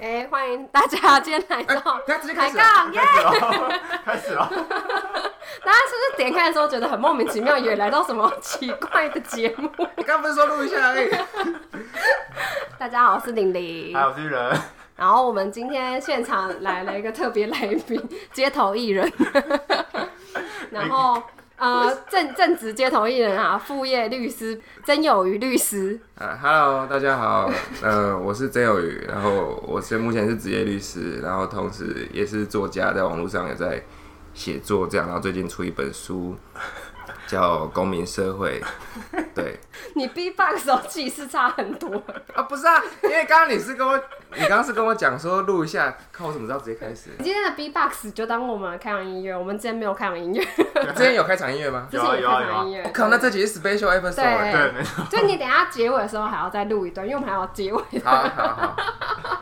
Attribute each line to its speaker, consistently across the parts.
Speaker 1: 哎、欢迎大家今天来到
Speaker 2: 等哎下直接
Speaker 1: 抬
Speaker 2: 开始了，
Speaker 1: 杠耶！
Speaker 2: 开始了， 开始了。
Speaker 1: 大家是不是点开的时候觉得很莫名其妙，也来到什么奇怪的节目？
Speaker 2: 你刚不是说录一下而已？
Speaker 1: 大家 好，我是玲玲
Speaker 2: 还。有这些人，
Speaker 1: 然后我们今天现场来了一个特别来宾，街头艺人。 然后呃，
Speaker 2: 哎
Speaker 1: 正正职街头艺人啊，副业律师曾有余律师。
Speaker 3: 啊，Hello，大家好，呃，我是曾有宇，然后我是目前是职业律师，然后同时也是作家，在网络上也在写作这样，然后最近出一本书叫《公民社 会》，对
Speaker 1: 你 B box 手气势差很多，
Speaker 3: 啊，不是啊，因为刚刚你是跟我，你刚刚是跟我讲说录一下，看我怎么知道直接开始？
Speaker 1: 今天的 B box 就当我们开场音乐，我们之前没有开场音乐，
Speaker 3: 之前有开场音乐吗？
Speaker 1: 之
Speaker 2: 有
Speaker 1: 前
Speaker 2: 啊
Speaker 1: 也
Speaker 2: 有
Speaker 1: 开
Speaker 2: 啊有
Speaker 1: 场
Speaker 2: 啊
Speaker 1: 音乐。
Speaker 3: 我靠，那这集是 special episode，欸
Speaker 1: 对
Speaker 2: 对，没错，
Speaker 1: 就你等一下结尾的时候还要再录一段，因为我们还要结尾。
Speaker 3: 好好好，
Speaker 1: 他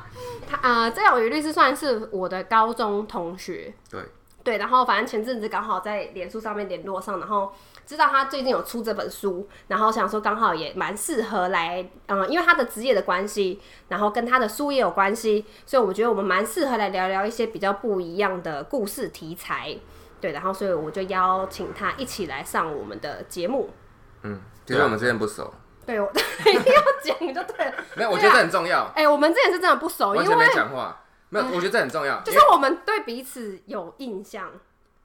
Speaker 1: 呃，这种于律师算是我的高中同学，
Speaker 3: 对，
Speaker 1: 对，啊然后反正前阵子刚好在脸书上面联络上，然后知道他最近有出这本书，然后想说刚好也蛮适合来，嗯、因为他的职业的关系，然后跟他的书也有关系，所以我觉得我们蛮适合来聊聊一些比较不一样的故事题材，对，然后所以我就邀请他一起来上我们的节目。
Speaker 3: 嗯，就是我们之前不熟，
Speaker 1: 对我 一定要讲就对了，
Speaker 3: 没有，我觉得这很重要，
Speaker 1: 哎、我们之前是真的不熟，
Speaker 3: 完
Speaker 1: 哦因
Speaker 3: 全没
Speaker 1: 为哎
Speaker 3: 讲话，没有，我觉得这很重要，
Speaker 1: 就
Speaker 3: 因
Speaker 1: 是
Speaker 3: 为
Speaker 1: 我们对彼此有印象，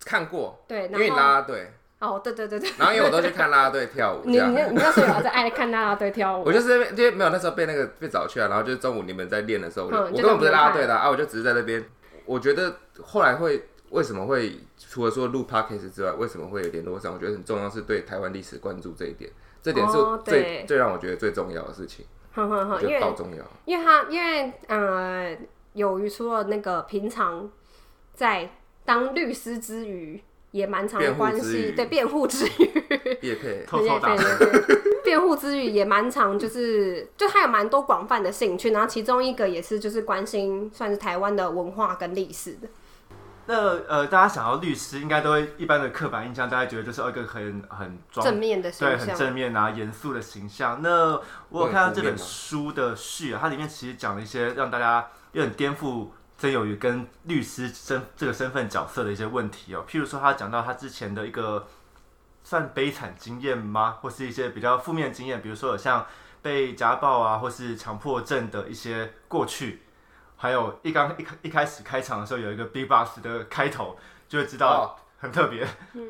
Speaker 3: 看过。
Speaker 1: 对，
Speaker 3: 因为你
Speaker 1: 然后
Speaker 3: 啦啦队，
Speaker 1: 哦，对对对对，
Speaker 3: 然后 因为我都去看啦啦队跳舞，这
Speaker 1: 你
Speaker 3: 样
Speaker 1: 你。你那时候有在爱看啦啦队跳舞
Speaker 3: 我，就是因为没有那时候被那个被找去啊，然后就是中午你们在练的时候，我就
Speaker 1: 嗯
Speaker 3: 我
Speaker 1: 你就
Speaker 3: 根本不是
Speaker 1: 在旁边
Speaker 3: 啦啦队的啊，啊我就只是在那边。我觉得后来会为什么会除了说录 podcast 之外，为什么会联络上？我觉得很重要是对台湾历史关注这一点，这点是我
Speaker 1: 哦
Speaker 3: 最、
Speaker 1: 对
Speaker 3: 最让我觉得最重要的事情，
Speaker 1: 哼哼
Speaker 3: 我
Speaker 1: 哼，
Speaker 3: 觉
Speaker 1: 因
Speaker 3: 得爆
Speaker 1: 为
Speaker 3: 重要。
Speaker 1: 因为他因为呃，有余除了那个平常在当律师之余，也蛮常
Speaker 3: 辩护
Speaker 1: 关
Speaker 3: 之
Speaker 1: 系
Speaker 3: 余
Speaker 1: 对辩护之余，
Speaker 3: 叶佩，
Speaker 2: 偷偷打
Speaker 1: 对。对对对辩护之余也蛮常，就是就他有蛮多广泛的兴趣，然后其中一个也是就是关心算是台湾的文化跟历史的，
Speaker 2: 那呃，大家想到律师，应该都会一般的刻板印象，大家觉得就是一个很很庄
Speaker 1: 正面的形
Speaker 2: 对，很
Speaker 1: 象。
Speaker 2: 正面啊，严肃的形象。那我有看到这本书的序、啊，它里面其实讲了一些让大家有点颠覆曾有余跟律师身这个身份角色的一些问题哦。譬如说，他讲到他之前的一个算悲惨经验吗，或是一些比较负面经验，比如说有像被家暴啊，或是强迫症的一些过去。还有一刚一开一开始开场的时候有一个 Big Boss 的开头，就会知道很特别，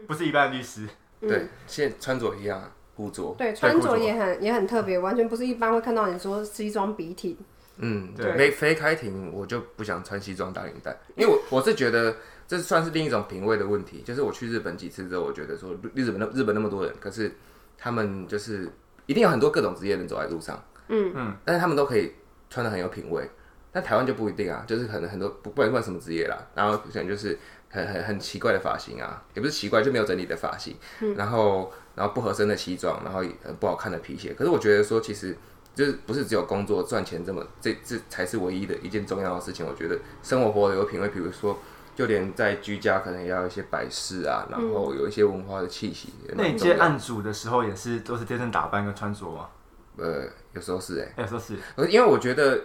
Speaker 2: 不是一般的律师。
Speaker 1: 嗯
Speaker 3: 对，现在穿着一样啊，古着，
Speaker 1: 对，穿
Speaker 2: 裤
Speaker 1: 着
Speaker 2: 着
Speaker 1: 也很也很特别，完全不是一般会看到你说西装笔挺。
Speaker 3: 嗯，
Speaker 2: 对
Speaker 3: 没非开庭我就不想穿西装打领带，因为我我是觉得这算是另一种品味的问题。就是我去日本几次之后，我觉得说日日本那日本那么多人，可是他们就是一定有很多各种职业人走在路上，嗯嗯，但是他们都可以穿的很有品味。但台湾就不一定啊，就是可能很多不不管不管什么职业啦，然后可能就是很很很奇怪的发型啊，也不是奇怪，就没有整理的发型，然后然后不合身的西装，然后很不好看的皮鞋。可是我觉得说，其实就是不是只有工作赚钱这么这这才是唯一的一件重要的事情。我觉得生活活得有品味，比如说就连在居家可能也要有一些摆饰啊，然后有一些文化的气息。也
Speaker 2: 那
Speaker 3: 蛮
Speaker 2: 你
Speaker 3: 重
Speaker 2: 接
Speaker 3: 要的
Speaker 2: 案主的时候也是都是贴身打扮跟穿着吗？
Speaker 3: 呃，有时候是哎、
Speaker 2: 哎、说是
Speaker 3: 可是因为我觉得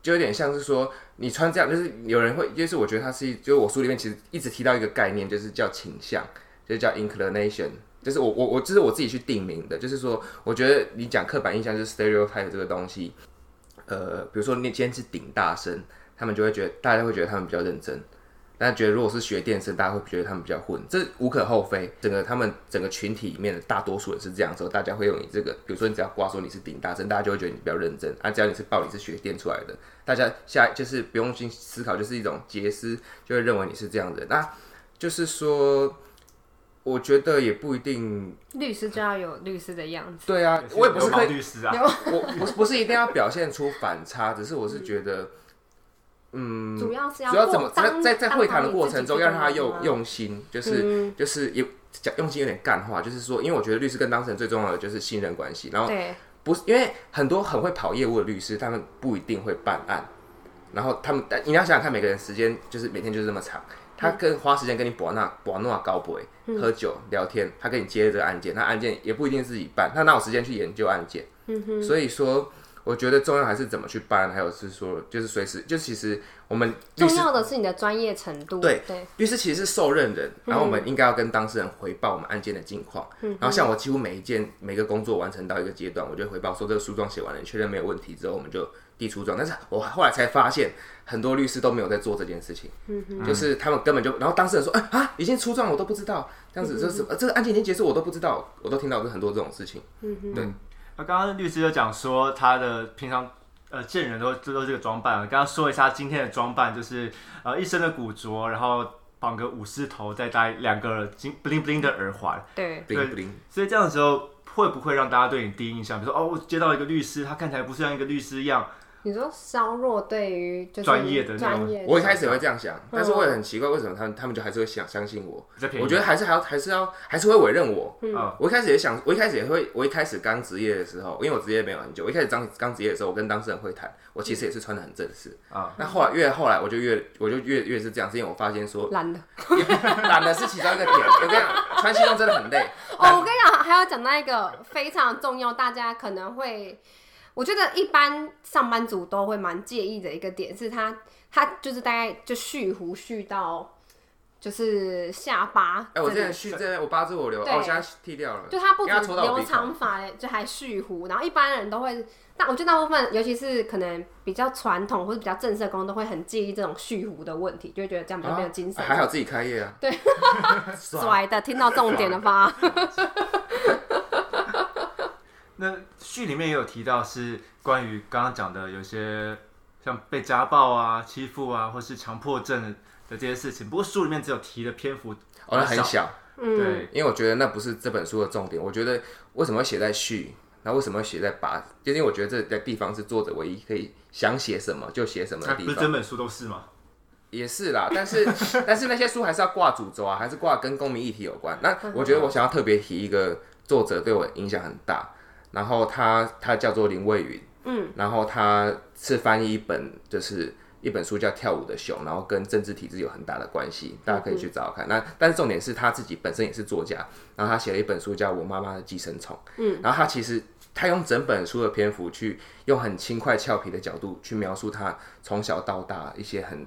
Speaker 3: 就有点像是说，你穿这样，就是有人会，就是我觉得它是一，就是我书里面其实一直提到一个概念，就是叫倾向，就是叫 inclination，就是我我我这是我自己去定名的，就是说，我觉得你讲刻板印象就是 stereotype 这个东西，呃，比如说你今天是顶大生，他们就会觉得大家会觉得他们比较认真。但觉得如果是学电声，大家会觉得他们比较混，这无可厚非。整个他们整个群体里面的大多数人是这样的时候，大家会用你这个，比如说你只要挂说你是顶大声，大家就会觉得你比较认真啊。只要你是报你是学电出来的，大家下就是不用去思考，就是一种结思，就会认为你是这样的人。那就是说，我觉得也不一定
Speaker 1: 律师就要有律师的样子。
Speaker 3: 对啊， 我也不是刻
Speaker 2: 流
Speaker 3: 意
Speaker 2: 氓律师啊，
Speaker 3: 我不是不是一定要表现出反差，只是我是觉得，嗯，
Speaker 1: 主要是要
Speaker 3: 主要
Speaker 1: 过
Speaker 3: 怎么在
Speaker 1: 当
Speaker 3: 在在
Speaker 1: 当
Speaker 3: 会
Speaker 1: 好
Speaker 3: 谈的
Speaker 1: 你
Speaker 3: 过
Speaker 1: 自
Speaker 3: 程
Speaker 1: 己
Speaker 3: 中
Speaker 1: 就
Speaker 3: 要
Speaker 1: 好啊
Speaker 3: 让他用
Speaker 1: 了
Speaker 3: 用心，就是、
Speaker 1: 嗯
Speaker 3: 就是也讲用心有点干话，就是说，因为我觉得律师跟当事人最重要的就是信任关系，然后
Speaker 1: 对
Speaker 3: 不是因为很多很会跑业务的律师，他们不一定会办案，然后他们，但你要想想看，每个人时间就是每天就是这么长，
Speaker 1: 嗯
Speaker 3: 他更花时间跟你博那博那高博、喝酒聊天，他跟你接这个案件，他案件也不一定自己办，他哪有时间去研究案件？嗯哼，所以说。我觉得重要还是怎么去办，还有是说，就是随时，就其实我们律
Speaker 1: 重
Speaker 3: 师
Speaker 1: 要的是你的专业程度。
Speaker 3: 对
Speaker 1: 对，
Speaker 3: 律师其实是受任人，然后我们应该要跟当事人回报我们案件的近况。然后像我几乎每一件每个工作完成到一个阶段，我就回报说这个诉状写完了，你确认没有问题之后，我们就递出状。但是我后来才发现，很多律师都没有在做这件事情，就是他们根本就，然后当事人说，哎、啊，已经出状我都不知道，这样子就是、呃这个案件已经结束我都不知道，我都听到很多这种事情。
Speaker 2: 那刚刚律师就讲说，他的平常呃见人都都都这个装扮。啊刚刚说一下今天的装扮，就是呃一身的古着，然后绑个武士头，再戴两个金 bling bling 的耳环。
Speaker 1: 对，
Speaker 3: 不灵不灵，
Speaker 2: 所以这样的时候，会不会让大家对你第一印象，比如说哦，我接到一个律师，他看起来不是像一个律师一样，
Speaker 1: 你说稍弱对于就是
Speaker 2: 专业的那种
Speaker 1: 专业
Speaker 3: 我一开始也会这样想，但是我也很奇怪，为什么他们他们就还是会想相信我？
Speaker 2: 比较便宜。
Speaker 3: 我觉得还是还要还是要还是会委任我。
Speaker 2: 嗯
Speaker 3: 我一开始也想，我一开始也会，我一开始刚职业的时候，因为我职业没有很久，我一开始刚刚职业的时候，我跟当事人会谈，我其实也是穿的很正式
Speaker 2: 啊。
Speaker 3: 那后来越后来，我就越我就越越是这样，是因为我发现说
Speaker 1: 懒的。
Speaker 3: 懒的是其中一个点。我跟你讲，穿西装真的很累。
Speaker 1: 哦，我跟你讲，还要讲到一个非常重要，大家可能会，我觉得一般上班族都会蛮介意的一个点是他，他就是大概就蓄胡蓄到就是下巴，
Speaker 3: 哎，我之
Speaker 1: 真
Speaker 3: 前
Speaker 1: 的
Speaker 3: 蓄这边，我八字我留，
Speaker 1: 对
Speaker 3: 哦，我现在剃掉了。
Speaker 1: 就他不
Speaker 3: 因为它
Speaker 1: 止
Speaker 3: 戳到我
Speaker 1: 留
Speaker 3: 鼻孔
Speaker 1: 长发，就还蓄胡，然后一般人都会，但我觉得大部分，尤其是可能比较传统或者比较正式的工作，都会很介意这种蓄胡的问题，就会觉得这样比较没有精神。
Speaker 3: 啊还好自己开业啊。 哦
Speaker 1: 对，
Speaker 3: 爽。
Speaker 1: 拽的，听到重点了吧？
Speaker 2: 那剧里面也有提到是关于刚刚讲的有些像被家暴啊、欺负啊，或是强迫症的这些事情。不过书里面只有提的篇幅
Speaker 3: 哦，那很小。
Speaker 1: 嗯，
Speaker 2: 对，
Speaker 3: 因为我觉得那不是这本书的重点。我觉得为什么会写在序，然后为什么会写在拔，就是因为我觉得这个地方是作者唯一可以想写什么就写什么的
Speaker 2: 哎
Speaker 3: 地
Speaker 2: 不是
Speaker 3: 方。
Speaker 2: 整本书都是吗？
Speaker 3: 也是啦，但 是但是那些书还是要挂主轴啊，还是挂跟公民议题有关。那我觉得我想要特别提一个作者对我影响很大，然后他他叫做林蔚云，嗯，然后他是翻译一本就是一本书叫《跳舞的熊》，然后跟政治体制有很大的关系，大家可以去找找看。那但是重点是他自己本身也是作家，然后他写了一本书叫《我妈妈的寄生虫》，嗯，然后他其实他用整本书的篇幅去用很轻快俏皮的角度去描述他从小到大一些很。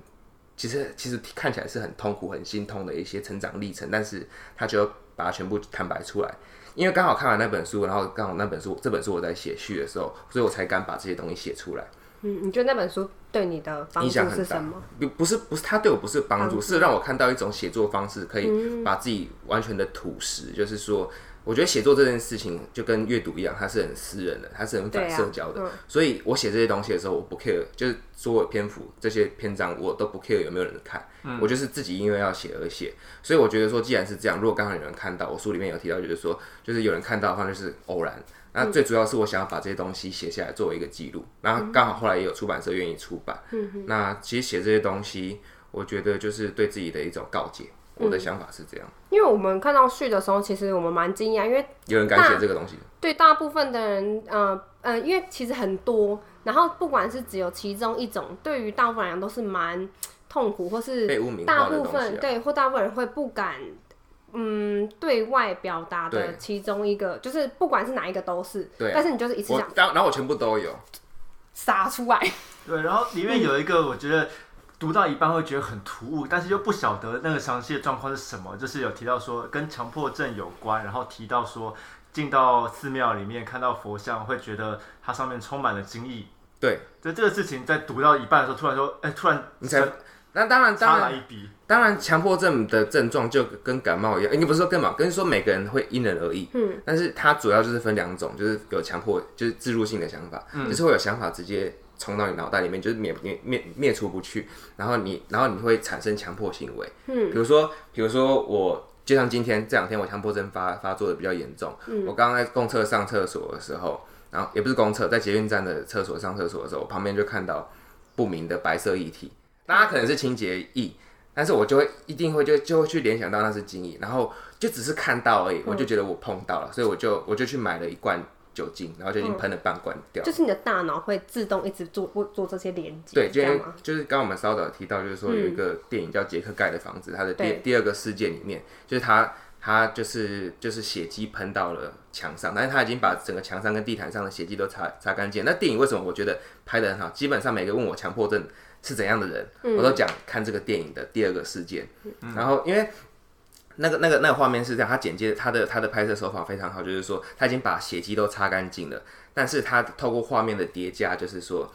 Speaker 3: 其实其实看起来是很痛苦、很心痛的一些成长历程，但是他就把它全部坦白出来。因为刚好看完那本书，然后刚好那本书这本书我在写序的时候，所以我才敢把这些东西写出来。
Speaker 1: 嗯，你觉得那本书对你的帮
Speaker 3: 影
Speaker 1: 助
Speaker 3: 响
Speaker 1: 是
Speaker 3: 很
Speaker 1: 什
Speaker 3: 大
Speaker 1: 么？，
Speaker 3: 不不是不是他对我不是帮助，是让我看到一种写作方式，可以把自己完全的吐实。就是说，我觉得写作这件事情就跟阅读一样，它是很私人的，它是很
Speaker 1: 对
Speaker 3: 反
Speaker 1: 啊
Speaker 3: 社交的。
Speaker 1: 嗯
Speaker 3: 所以我写这些东西的时候，我不 care，就是所有篇幅这些篇章我都不 care 有没有人看，
Speaker 1: 嗯
Speaker 3: 我就是自己因为要写而写。所以我觉得说，既然是这样，如果刚好有人看到，我书里面有提到，就是说，就是有人看到的话，就是偶然。那
Speaker 1: 嗯
Speaker 3: 最主要是我想要把这些东西写下来作为一个记录，然后刚好后来也有出版社愿意出版。
Speaker 1: 嗯
Speaker 3: 那其实写这些东西，我觉得就是对自己的一种告诫。
Speaker 1: 嗯
Speaker 3: 我的想法是这样，
Speaker 1: 因为我们看到序的时候，其实我们蛮惊讶，因为
Speaker 3: 有人敢写这个东西，
Speaker 1: 对大部分的人，呃呃，因为其实很多，然后不管是只有其中一种，对于大部分人都是蛮痛苦，或是
Speaker 3: 被污名
Speaker 1: 大
Speaker 3: 化的
Speaker 1: 部
Speaker 3: 东西、啊。
Speaker 1: 分对或大部分人会不敢，嗯，对外表达的
Speaker 3: 对
Speaker 1: 其中一个，就是不管是哪一个都是，
Speaker 3: 对啊
Speaker 1: 但是你就是一次
Speaker 3: 我啊
Speaker 1: 想
Speaker 3: 然后然后我全部都有，
Speaker 1: 撒出来，
Speaker 2: 对，然后里面有一个我觉得读到一半会觉得很突兀，但是又不晓得那个详细的状况是什么，就是有提到说跟强迫症有关，然后提到说进到寺庙里面看到佛像会觉得它上面充满了精意。
Speaker 3: 对，
Speaker 2: 就这个事情在读到一半的时候，突然说，哎、突然
Speaker 3: 你才那当然当
Speaker 2: 插
Speaker 3: 然
Speaker 2: 来一笔，
Speaker 3: 当然，强迫症的症状就跟感冒一样，应该不是说感冒，跟说每个人会因人而异。嗯，但是它主要就是分两种，就是有强迫，就是自入性的想法，就是会有想法直接冲到你脑袋里面，就是灭灭灭灭除不去，然后你然后你会产生强迫行为。嗯，比如说比如说我。就像今天这两天，我强迫症发发作的比较严重。我刚刚在公厕上厕所的时候，然后也不是公厕，在捷运站的厕所上厕所的时候，我旁边就看到不明的白色液体，那它可能是清洁液，但是我就会一定会就就会去联
Speaker 1: 嗯
Speaker 3: 想到那是精液，然后就只是看到而已，我就觉得我碰到了，所以我就我就去买了一罐酒精，然后就已经喷了半罐掉。
Speaker 1: 嗯就是你的大脑会自动一直做做做这些连接，
Speaker 3: 对，
Speaker 1: 这
Speaker 3: 今
Speaker 1: 样
Speaker 3: 天
Speaker 1: 吗？嗯
Speaker 3: 就是刚刚我们稍早提到，就是说有一个电影叫《杰克盖的房子》，它的第
Speaker 1: 对
Speaker 3: 第二个事件里面，就是他他就是就是血迹喷到了墙上，但是他已经把整个墙上跟地毯上的血迹都擦擦干净。那电影为什么我觉得拍的很好？基本上每个问我强迫症是怎样的人，
Speaker 1: 嗯
Speaker 3: 我都讲看这个电影的第二个事件。然后因为那个那个那个画面是这样，他剪接他的他的拍摄手法非常好，就是说他已经把血迹都擦干净了，但是他透过画面的叠加，就是说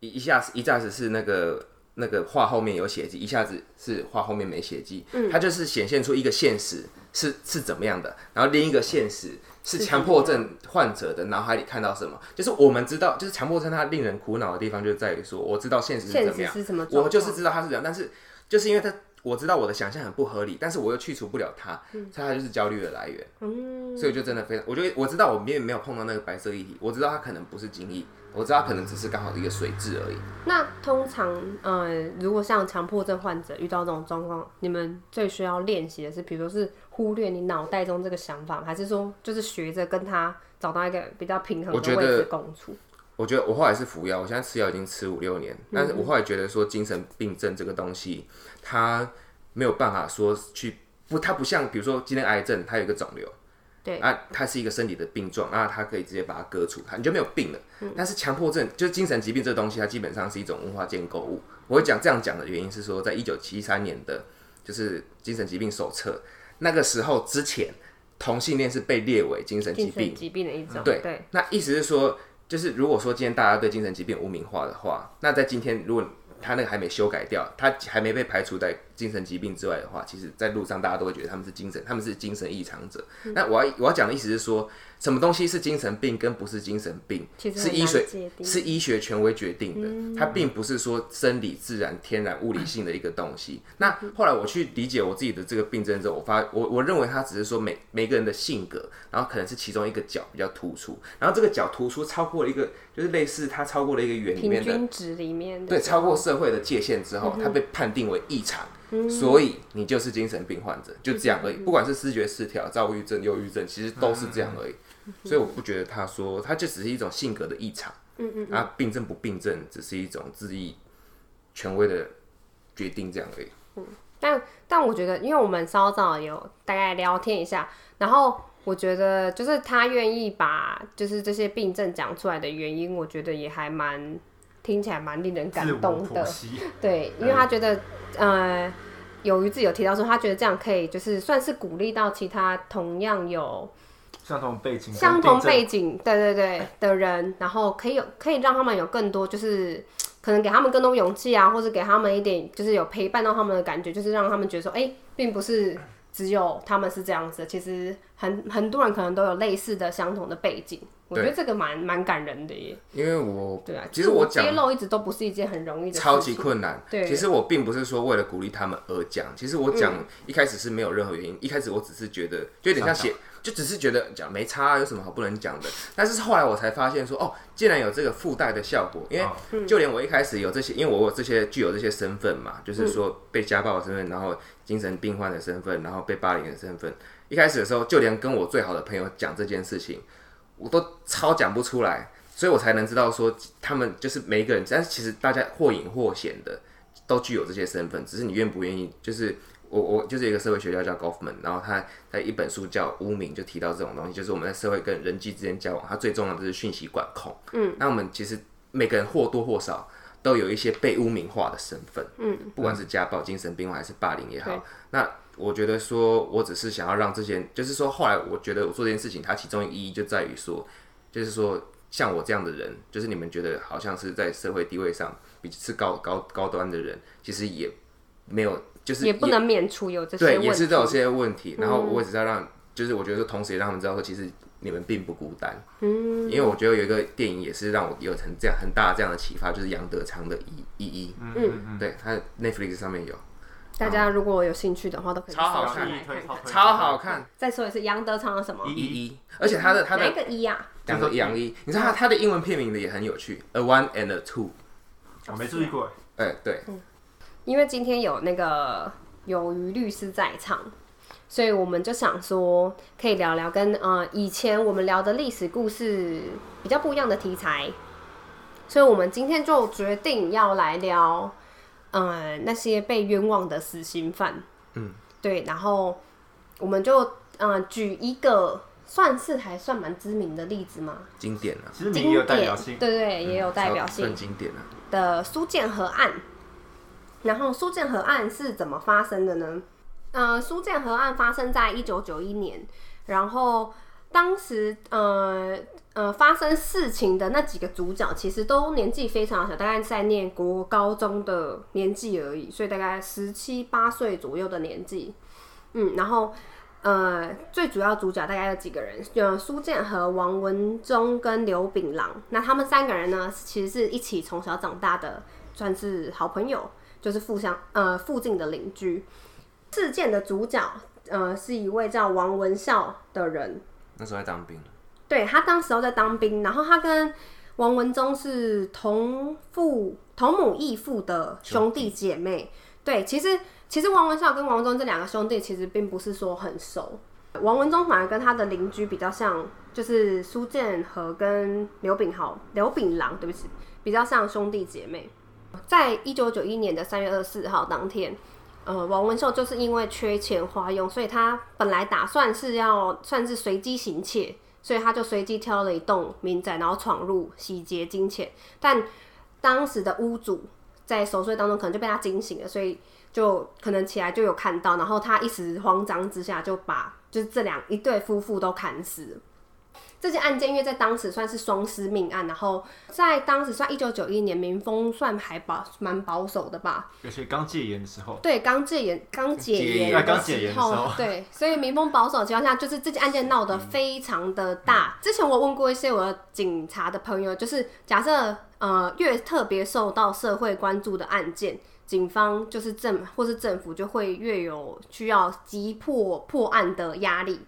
Speaker 3: 一一下子一下子是那个那个画后面有血迹，一下子是画后面没血迹，他就是显现出一个现实是是怎么样的，然后另一个现实是强迫症患者的脑海里看到什么，就是我们知道，就是强迫症它令人苦恼的地方就在于说，我知道现实是
Speaker 1: 现
Speaker 3: 怎么
Speaker 1: 实
Speaker 3: 样，
Speaker 1: 是什么状况？
Speaker 3: 我就是知道他是这样，但是就是因为他我知道我的想象很不合理，但是我又去除不了它，所以它就是焦虑的来源。嗯，所以我就真的非常，我就我知道我并没有碰到那个白色液体，我知道它可能不是精液，我知道它可能只是刚好一个水质而已。
Speaker 1: 那通常，呃，如果像强迫症患者遇到这种状况，你们最需要练习的是，比如说是忽略你脑袋中这个想法吗，还是说就是学着跟他找到一个比较平衡
Speaker 3: 我觉
Speaker 1: 的
Speaker 3: 得
Speaker 1: 位置共处？
Speaker 3: 我觉得我后来是服药，我现在吃药已经吃五六年，但是我后来觉得说精神病症这个东西，它没有办法说去不，它不像比如说今天癌症，它有一个肿瘤，
Speaker 1: 对
Speaker 3: 啊，它是一个身体的病状，啊，它可以直接把它割除，它你就没有病了。
Speaker 1: 嗯
Speaker 3: 但是强迫症就是精神疾病这东西，它基本上是一种文化建构物。我会讲这样讲的原因是说，在一九七三年的，就是精神疾病手册那个时候之前，同性恋是被列为精神疾
Speaker 1: 精
Speaker 3: 病
Speaker 1: 神疾病的一种，
Speaker 3: 对
Speaker 1: 对，
Speaker 3: 那意思是说，就是如果说今天大家对精神疾病污名化的话，那在今天如果他那个还没修改掉，他还没被排除在精神疾病之外的话，其实在路上大家都会觉得他们是精神，他们是精神异常者。
Speaker 1: 嗯
Speaker 3: 那我要我要讲的意思是说，什么东西是精神病跟不是精神病，
Speaker 1: 其实
Speaker 3: 是
Speaker 1: 很
Speaker 3: 医
Speaker 1: 难
Speaker 3: 学
Speaker 1: 界定
Speaker 3: 是医学权威决定的，
Speaker 1: 嗯
Speaker 3: 它并不是说生理、自然、天然、物理性的一个东西。那后来我去理解我自己的这个病症之后，我发我我认为它只是说每每个人的性格，然后可能是其中一个角比较突出，然后这个角突出超过了一个，就是类似它超过了一个圆里
Speaker 1: 平
Speaker 3: 面的
Speaker 1: 均值里面的
Speaker 3: 对，超过社会的界限之
Speaker 1: 嗯
Speaker 3: 后，他被判定为异常，所以你就是精神病患者，就这样而
Speaker 1: 嗯
Speaker 3: 已。不管是视觉失调、躁郁症、忧郁症，其实都是这样而已。
Speaker 1: 嗯
Speaker 3: 所以我不觉得他说，他就只是一种性格的异常。嗯嗯，啊，病症不病症，只是一种自意权威的决定这样而已。
Speaker 1: 但但我觉得，因为我们稍早有大概聊天一下，然后我觉得就是他愿意把就是这些病症讲出来的原因，我觉得也还蛮听起来蛮令人感
Speaker 2: 自我
Speaker 1: 动
Speaker 2: 剖
Speaker 1: 的。
Speaker 2: 析，
Speaker 1: 对，因为
Speaker 3: 嗯
Speaker 1: 他觉得，呃，有于自己有提到说，他觉得这样可以就是算是鼓励到其他同样有
Speaker 3: 嗯
Speaker 2: 相同背景跟
Speaker 1: 相同
Speaker 2: 病症
Speaker 1: 背景，对对对的人，然后可以有可以让他们有更多就是。可能给他们更多勇气啊，或者给他们一点就是有陪伴到他们的感觉，就是让他们觉得说，哎、并不是只有他们是这样子的，其实很很多人可能都有类似的相同的背景，我觉得这个蛮蛮感人的耶，
Speaker 3: 因为我
Speaker 1: 对啊。
Speaker 3: 其实我
Speaker 1: 自
Speaker 3: 讲
Speaker 1: 我揭露一直都不是一件很容易的事情，
Speaker 3: 超级困难。
Speaker 1: 对
Speaker 3: 其实我并不是说为了鼓励他们而讲，其实我讲一开始是没有任何原因，一开始我只是觉得就有点像写，就只是觉得讲没差、啊，有什么好不能讲的。但是后来我才发现说，哦，竟然有这个附带的效果，因为就连我一开始有这些，因为我有这些具有这些身份嘛，就是说被家暴的身份，然后精神病患的身份，然后被霸凌的身份。一开始的时候，就连跟我最好的朋友讲这件事情，我都超讲不出来，所以我才能知道说他们就是每一个人，但是其实大家或隐或显的都具有这些身份，只是你愿不愿意。就是我我就是有一个社会学家叫 Goffman，然后他在一本书叫《污名》就提到这种东西，就是我们在社会跟人际之间交往，它最重要的就是讯息管控。嗯，那我们其实每个人或多或少。都有一些被污名化的身份，嗯，不管是家暴、精神病患还是霸凌也好
Speaker 1: 对，
Speaker 3: 那我觉得说，我只是想要让这些人，就是说，后来我觉得我做这件事情，它其中意义就在于说，就是说，像我这样的人，就是你们觉得好像是在社会地位上比是高高高端的人，其实也没有，就是
Speaker 1: 也不能免除有这些
Speaker 3: 对，
Speaker 1: 问题，嗯
Speaker 3: 也是都有这些问题。然后我只是要让，就是我觉得说，同时也让他们知道说，其实你们并不孤单。嗯，因为我觉得有一个电影也是让我有很这样很大这样的启发，就是杨德昌的《一一一》。嗯，对，他的 Netflix 上面有，
Speaker 1: 大家如果有兴趣的话，都可以
Speaker 3: 超好
Speaker 1: 搜出
Speaker 3: 看
Speaker 1: 来看看。
Speaker 3: 超好看。
Speaker 1: 再说一次，杨德昌的什么？
Speaker 3: 一一一，而且他的他
Speaker 1: 哪一个
Speaker 3: 的
Speaker 1: 一啊？
Speaker 3: 两个杨一，你知道他他的英文片名的也很有趣，A One and a Two。
Speaker 2: 我没注意过，
Speaker 1: 嗯
Speaker 3: 哎，对，
Speaker 1: 因为今天有那个有于律师在场，所以我们就想说，可以聊聊跟呃以前我们聊的历史故事比较不一样的题材，所以我们今天就决定要来聊，呃那些被冤枉的死刑犯，
Speaker 3: 嗯，
Speaker 1: 对，然后我们就呃举一个算是还算蛮知名的例子嘛，
Speaker 3: 经典啊，
Speaker 2: 其实
Speaker 1: 经
Speaker 2: 名
Speaker 1: 典，
Speaker 2: 也有代表性，嗯
Speaker 1: 对对，也有代表
Speaker 3: 超算
Speaker 1: 性
Speaker 3: 经典啊。
Speaker 1: 的苏建和案。然后苏建和案是怎么发生的呢？呃，苏建和案发生在一九九一年，然后当时呃呃发生事情的那几个主角其实都年纪非常小，大概在念国高中的年纪而已，所以大概十七八岁左右的年纪。嗯，然后呃，最主要主角大概有几个人，呃，苏建和、王文忠跟刘炳郎。那他们三个人呢，其实是一起从小长大的，算是好朋友，就是互相呃附近的邻居。事件的主角呃是一位叫王文孝的人，
Speaker 3: 那时候在当兵，
Speaker 1: 对他当时候在当兵，然后他跟王文忠是同父同母异父的兄弟姐妹。对，其实其实王文孝跟王文忠这两个兄弟其实并不是说很熟，王文忠反而跟他的邻居比较像，就是苏建和跟刘炳豪、刘炳郎，对不起，比较像兄弟姐妹。在一九九一年的三月二十四号当天，呃，王文秀就是因为缺钱花用，所以他本来打算是要算是随机行窃，所以他就随机挑了一栋民宅，然后闯入洗劫金钱。但当时的屋主在熟睡当中可能就被他惊醒了，所以就可能起来就有看到，然后他一时慌张之下就把就是这两一对夫妇都砍死了。这件案件因为在当时算是双尸命案，然后在当时算一九九一年民风算还保蛮保守的吧，
Speaker 2: 尤其刚戒严的时候，
Speaker 1: 对，刚戒严，刚解
Speaker 3: 戒
Speaker 1: 严
Speaker 3: 严
Speaker 1: 的
Speaker 2: 啊刚解严的时候
Speaker 1: 对，所以民风保守的情况下，就是这件案件闹得非常的
Speaker 2: 嗯
Speaker 1: 大。之前我问过一些我的警察的朋友，就是假设呃越特别受到社会关注的案件，警方就是政或是政府就会越有需要急迫破案的压力，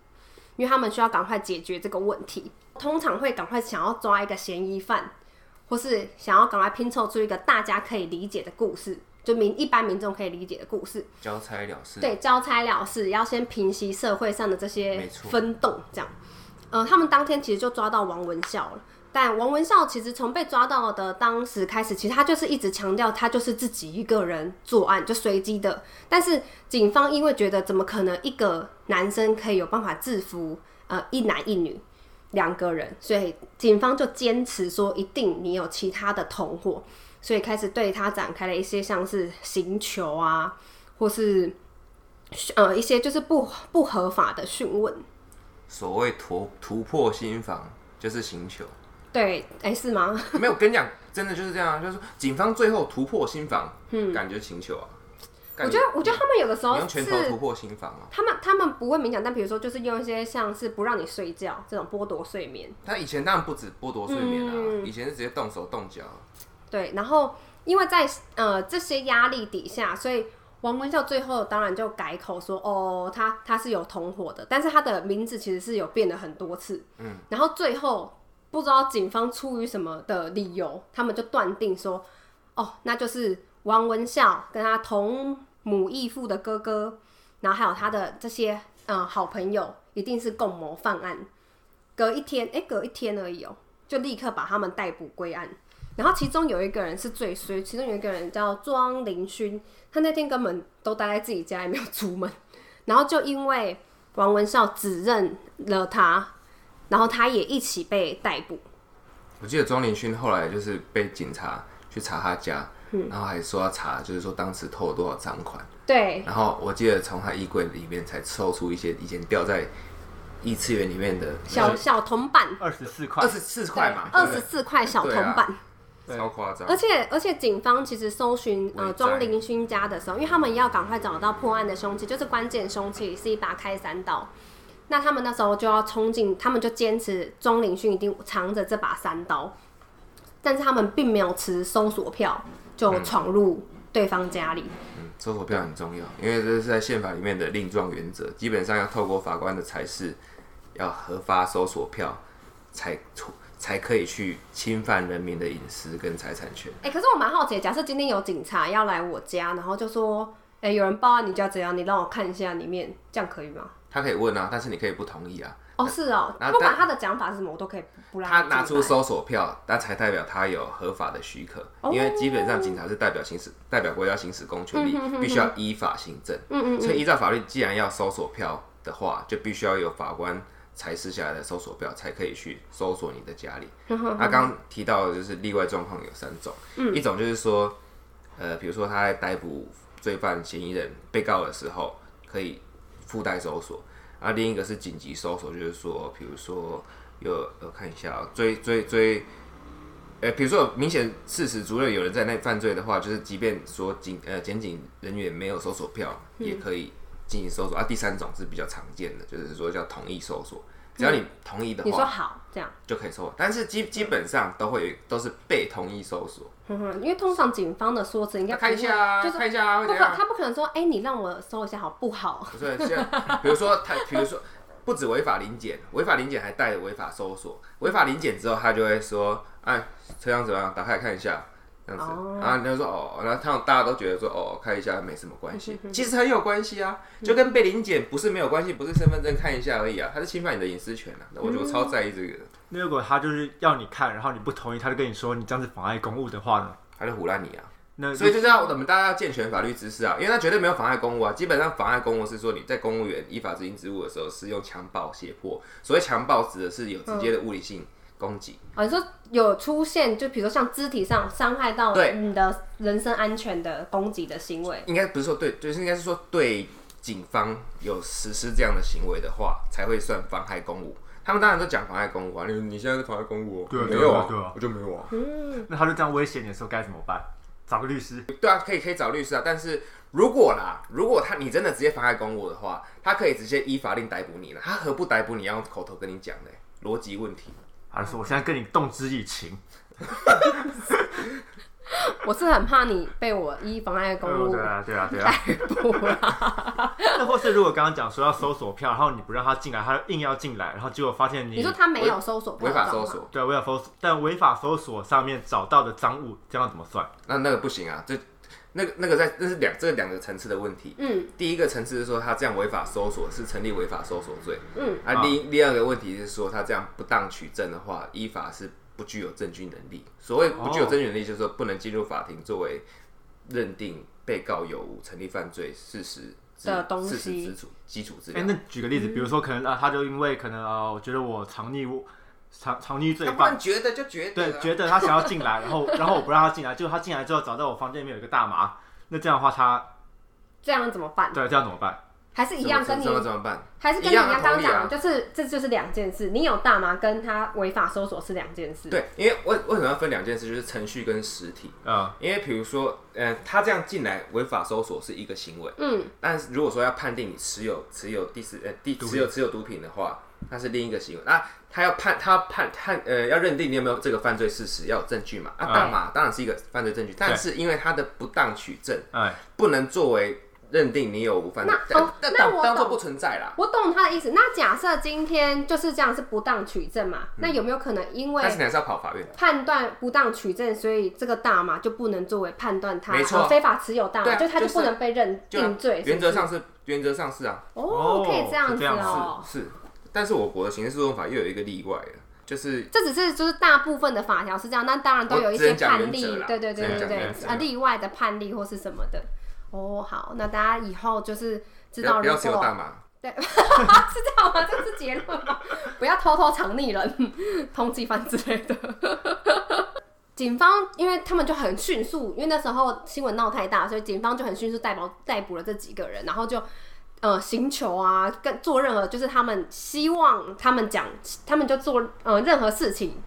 Speaker 1: 因为他们需要赶快解决这个问题，通常会赶快想要抓一个嫌疑犯，或是想要赶快拼凑出一个大家可以理解的故事，就民一般民众可以理解的故事。
Speaker 3: 交差了事，
Speaker 1: 对，交差了事，要先平息社会上的这些
Speaker 3: 没错
Speaker 1: 分动，这样。呃，他们当天其实就抓到王文孝了，但王文孝其实从被抓到的当时开始，其实他就是一直强调他就是自己一个人作案，就随机的。但是警方因为觉得怎么可能一个男生可以有办法制服呃一男一女两个人，所以警方就坚持说一定你有其他的同伙，所以开始对他展开了一些像是刑求啊，或是呃一些就是不不合法的讯问。
Speaker 3: 所谓突突破心防就是行求。
Speaker 1: 对，哎、是吗？
Speaker 3: 没有，我跟你讲，真的就是这样啊，就是说警方最后突破心防，嗯，感觉请求啊。
Speaker 1: 我觉得，我觉得他们有的时
Speaker 3: 你
Speaker 1: 候
Speaker 3: 用
Speaker 1: 是
Speaker 3: 拳头突破心防啊。
Speaker 1: 他们他们不会明讲，但比如说就是用一些像是不让你睡觉这种剥夺睡眠，
Speaker 3: 他以前当然不止剥夺睡眠啊，
Speaker 1: 嗯
Speaker 3: 以前是直接动手动脚啊，
Speaker 1: 对，然后因为在呃这些压力底下，所以王文孝最后当然就改口说，哦，他他是有同伙的，但是他的名字其实是有变了很多次，嗯，然后最后不知道警方出于什么的理由，他们就断定说，哦，那就是王文孝跟他同母异父的哥哥，然后还有他的这些嗯、呃好朋友，一定是共谋犯案。隔一天，哎、隔一天而已哦、就立刻把他们逮捕归案。然后其中有一个人是最衰，其中有一个人叫庄林勋，他那天根本都待在自己家，也没有出门。然后就因为王文孝指认了他，然后他也一起被逮捕。
Speaker 3: 我记得庄林勋后来就是被警察去查他家，
Speaker 1: 嗯
Speaker 3: 然后还说要查，就是说当时偷了多少赃款。
Speaker 1: 对，
Speaker 3: 然后我记得从他衣柜里面才抽出一些以前掉在异次元里面的
Speaker 1: 小小铜板，
Speaker 2: 二十四块
Speaker 3: 二，十四块呃嘛，
Speaker 1: 二
Speaker 3: 对
Speaker 1: 十
Speaker 3: 不
Speaker 1: 四块小铜
Speaker 3: 对啊
Speaker 1: 板。
Speaker 3: 对超夸张
Speaker 1: 而。且而且，警方其实搜寻呃
Speaker 3: 伪造
Speaker 1: 庄林勋家的时候，因为他们要赶快找到破案的凶器，就是关键凶器是一把开山刀。那他们那时候就要冲进，他们就坚持庄林勋一定藏着这把三刀，但是他们并没有持搜索票就
Speaker 3: 嗯
Speaker 1: 闯入对方家里。
Speaker 3: 搜索票很重要，因为这是在宪法里面的令状原则，基本上要透过法官的裁示，要核发搜索票，才才可以去侵犯人民的隐私跟财产权。
Speaker 1: 哎、可是我蛮好奇，假设今天有警察要来我家，然后就说：“哎、哎、有人报案，你就要怎样？你让我看一下里面，这样可以吗？
Speaker 3: 他可以问啊，但是你可以不同意啊。
Speaker 1: 哦，是哦，
Speaker 3: 然后
Speaker 1: 不管
Speaker 3: 但
Speaker 1: 他的讲法是什么，我都可以不不让
Speaker 3: 他拿
Speaker 1: 进
Speaker 3: 出
Speaker 1: 来
Speaker 3: 搜索票，那才代表他有合法的许可，因为基本上警察是代表行使代表国家行使公权力，必须要依法行政。嗯嗯所以依照法律，既然要搜索票的话，就必须要有法官裁示下来的搜索票，才可以去搜索你的家 里。他刚刚提到的就是例外状况有三种，一种就是说，呃，比如说他在逮捕罪犯、嫌疑人、被告的时候，可以附带搜索。然后另一个是紧急搜索，就是说，比如说有我看一下、哦，追追追，呃，比如说有明显事实足认有人在那犯罪的话，就是即便说警呃检警人员没有搜索票，
Speaker 1: 嗯
Speaker 3: 也可以进行搜索。啊，第三种是比较常见的，就是说叫同意搜索，只要你同意的
Speaker 1: 嗯你说
Speaker 3: 话，
Speaker 1: 好这样，
Speaker 3: 就可以搜索。但是基基本上都会有都是被同意搜索。
Speaker 1: 哼哼，嗯因为通常警方的说辞应该
Speaker 3: 那看一
Speaker 1: 不会
Speaker 3: 下啊，
Speaker 1: 就是
Speaker 3: 看一下
Speaker 1: 不
Speaker 3: 啊，会
Speaker 1: 可
Speaker 3: 怎样？
Speaker 1: 他不可能说，哎、你让我搜一下好不好？
Speaker 3: 不是像，比如说他，比如说不止违法临检，违法临检还带着违法搜索，违法临检之后，他就会说，哎，车厢怎么样？打开来看一下，这样子。
Speaker 1: 哦
Speaker 3: 然后你就说，哦，然后他们大家都觉得说，哦，看一下没什么关系，其实很有关系啊，就跟被临检不是没有关系，不是身份证看一下而已啊，他是侵犯你的隐私权啊。那我觉得我超在意这个的，
Speaker 2: 那如果他就是要你看，然后你不同意，他就跟你说你这样子妨碍公务的话呢？
Speaker 3: 他就唬烂你啊。
Speaker 2: 那
Speaker 3: 所以就是要我们大家要健全法律知识啊，因为他绝对没有妨碍公务啊。基本上妨碍公务是说你在公务员依法执行职务的时候是用强暴、胁迫。所谓强暴指的是有直接的物理性攻击，
Speaker 1: 哦，你说有出现，就比如说像肢体上伤害到
Speaker 3: 对
Speaker 1: 你的人身安全的攻击的行为，
Speaker 3: 应该不是说对，就是应该是说对警方有实施这样的行为的话，才会算妨害公务。他们当然都讲妨害公务啊，你你现在是妨害公务、哦，
Speaker 2: 对啊
Speaker 3: 没有
Speaker 2: 对啊对啊
Speaker 3: 我就没有啊。
Speaker 2: 那他就这样威胁你的时候该怎么办？找个律师，
Speaker 3: 对啊，可以可以找律师啊，但是如果啦，如果他你真的直接妨碍公务的话，他可以直接依法令逮捕你了，他何不逮捕你，要用口头跟你讲呢？逻辑问题，
Speaker 2: 他就说我现在跟你动之以情，
Speaker 1: 我是很怕你被我依妨碍公
Speaker 2: 嗯
Speaker 1: 务
Speaker 2: 对啊对啊对啊。
Speaker 1: 逮捕啦。
Speaker 2: 那或是如果刚刚讲说要搜索票，然后你不让他进来，他硬要进来，然后结果发现你
Speaker 1: 你说他没有搜索票
Speaker 3: 违
Speaker 1: 的状
Speaker 3: 法
Speaker 1: 况，
Speaker 3: 搜索，
Speaker 2: 对违法搜索，但违法搜索上面找到的赃物，这样怎么算？
Speaker 3: 那那个不行啊，这那个那个在那是两这两个层次的问题。
Speaker 1: 嗯
Speaker 3: 第一个层次是说他这样违法搜索是成立违法搜索罪，
Speaker 1: 嗯，
Speaker 3: 啊
Speaker 2: 啊，
Speaker 3: 另另二个问题是说他这样不当取证的话，依法是不具有证据能力。所谓不具
Speaker 2: 哦
Speaker 3: 有证据能力，就是说不能进入法庭作为认定被告有无成立犯罪事实之
Speaker 1: 的东西
Speaker 3: 事实基础基础资
Speaker 2: 哎、
Speaker 3: 料。
Speaker 2: 那举个例子，比如说可能啊，他就因为可能啊，我觉得我藏匿物藏藏匿罪
Speaker 3: 他不
Speaker 2: 犯
Speaker 3: 能，觉得就觉得
Speaker 2: 对
Speaker 3: 啊、，
Speaker 2: 觉得他想要进来，然后然后我不让他进来，结果他进来之后找到我房间里面有一个大麻，那这样的话他
Speaker 1: 这样怎么办？
Speaker 2: 对这样怎么办？
Speaker 1: 还是一样跟你
Speaker 3: 怎么怎么办？
Speaker 1: 还是跟
Speaker 3: 一
Speaker 1: 你
Speaker 3: 样
Speaker 1: 刚
Speaker 3: 的
Speaker 1: 刚
Speaker 3: 同理啊
Speaker 1: 讲的，就是这就是两件事。你有大麻跟他违法搜索是两件事。
Speaker 3: 对，因为为为什么要分两件事，就是程序跟实体。
Speaker 2: 嗯，
Speaker 3: 因为比如说，呃，他这样进来违法搜索是一个行为，
Speaker 1: 嗯，
Speaker 3: 但是如果说要判定你持有持有第四呃第
Speaker 2: 毒品
Speaker 3: 持有持有毒品的话，那是另一个行为。那他要判他要判判呃要认定你有没有这个犯罪事实，要有证据嘛。啊，
Speaker 2: 嗯
Speaker 3: 大麻当然是一个犯罪证据，但是因为他的不当取证，
Speaker 2: 哎，
Speaker 3: 不能作为认定你有无犯罪
Speaker 1: 那，
Speaker 3: 但
Speaker 1: 哦
Speaker 3: 但
Speaker 1: 那
Speaker 3: 当
Speaker 1: 我
Speaker 3: 当做
Speaker 1: 懂
Speaker 3: 不存在啦。
Speaker 1: 我懂他的意思。那假设今天就是这样是不当取证嘛？那有没有可能因为
Speaker 3: 嗯但是你还是要跑法院。
Speaker 1: 判断不当取证，所以这个大麻就不能作为判断他
Speaker 3: 没错
Speaker 1: 呃非法持有大
Speaker 3: 对
Speaker 1: 麻，
Speaker 3: 啊
Speaker 1: 就他就
Speaker 3: 就是
Speaker 1: 不能被认
Speaker 3: 就啊
Speaker 1: 定罪。
Speaker 3: 原则上
Speaker 1: 是
Speaker 3: 是原则上是啊，
Speaker 1: 不是哦，
Speaker 2: 哦
Speaker 1: 可以这样
Speaker 2: 是
Speaker 1: 子
Speaker 2: 这样子
Speaker 1: 哦。
Speaker 3: 是，但是我国的刑事诉讼法又有一个例外了，就是
Speaker 1: 这只是就是大部分的法条是这样，但当然都有一些判例
Speaker 3: 我只能讲原则，啦
Speaker 1: 对对对对
Speaker 3: 只能讲
Speaker 1: 对
Speaker 3: 原，则
Speaker 1: 啊，例外的判例或是什么的。哦，好，那大家以后就是知
Speaker 3: 不
Speaker 1: 道
Speaker 3: 要不
Speaker 1: 如
Speaker 3: 要
Speaker 1: 果
Speaker 3: 持有大麻。
Speaker 1: 是这样吗？这是结论吗？不要偷偷藏匿人、通缉犯之类的。警方因为他们就很迅速，因为那时候新闻闹太大，所以警方就很迅速逮捕逮捕了这几个人，然后就呃刑求啊，跟做任何就是他们希望他们讲，他们就做呃任何事情，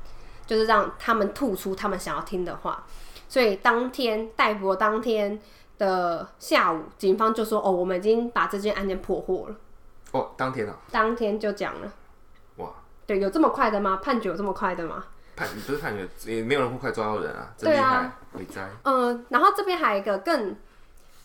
Speaker 1: 就是让他们吐出他们想要听的话。所以当天逮捕的当天的下午，警方就说：“哦，我们已经把这件案件破获了。”
Speaker 3: 哦，当天啊，
Speaker 1: 当天就讲了。
Speaker 3: 哇，
Speaker 1: 对，有这么快的吗？判决有这么快的吗？
Speaker 3: 判不是判决，也没有人会快抓到人啊，真
Speaker 1: 对
Speaker 3: 厉
Speaker 1: 啊
Speaker 3: 害，伟哉。
Speaker 1: 嗯，然后这边还有一个更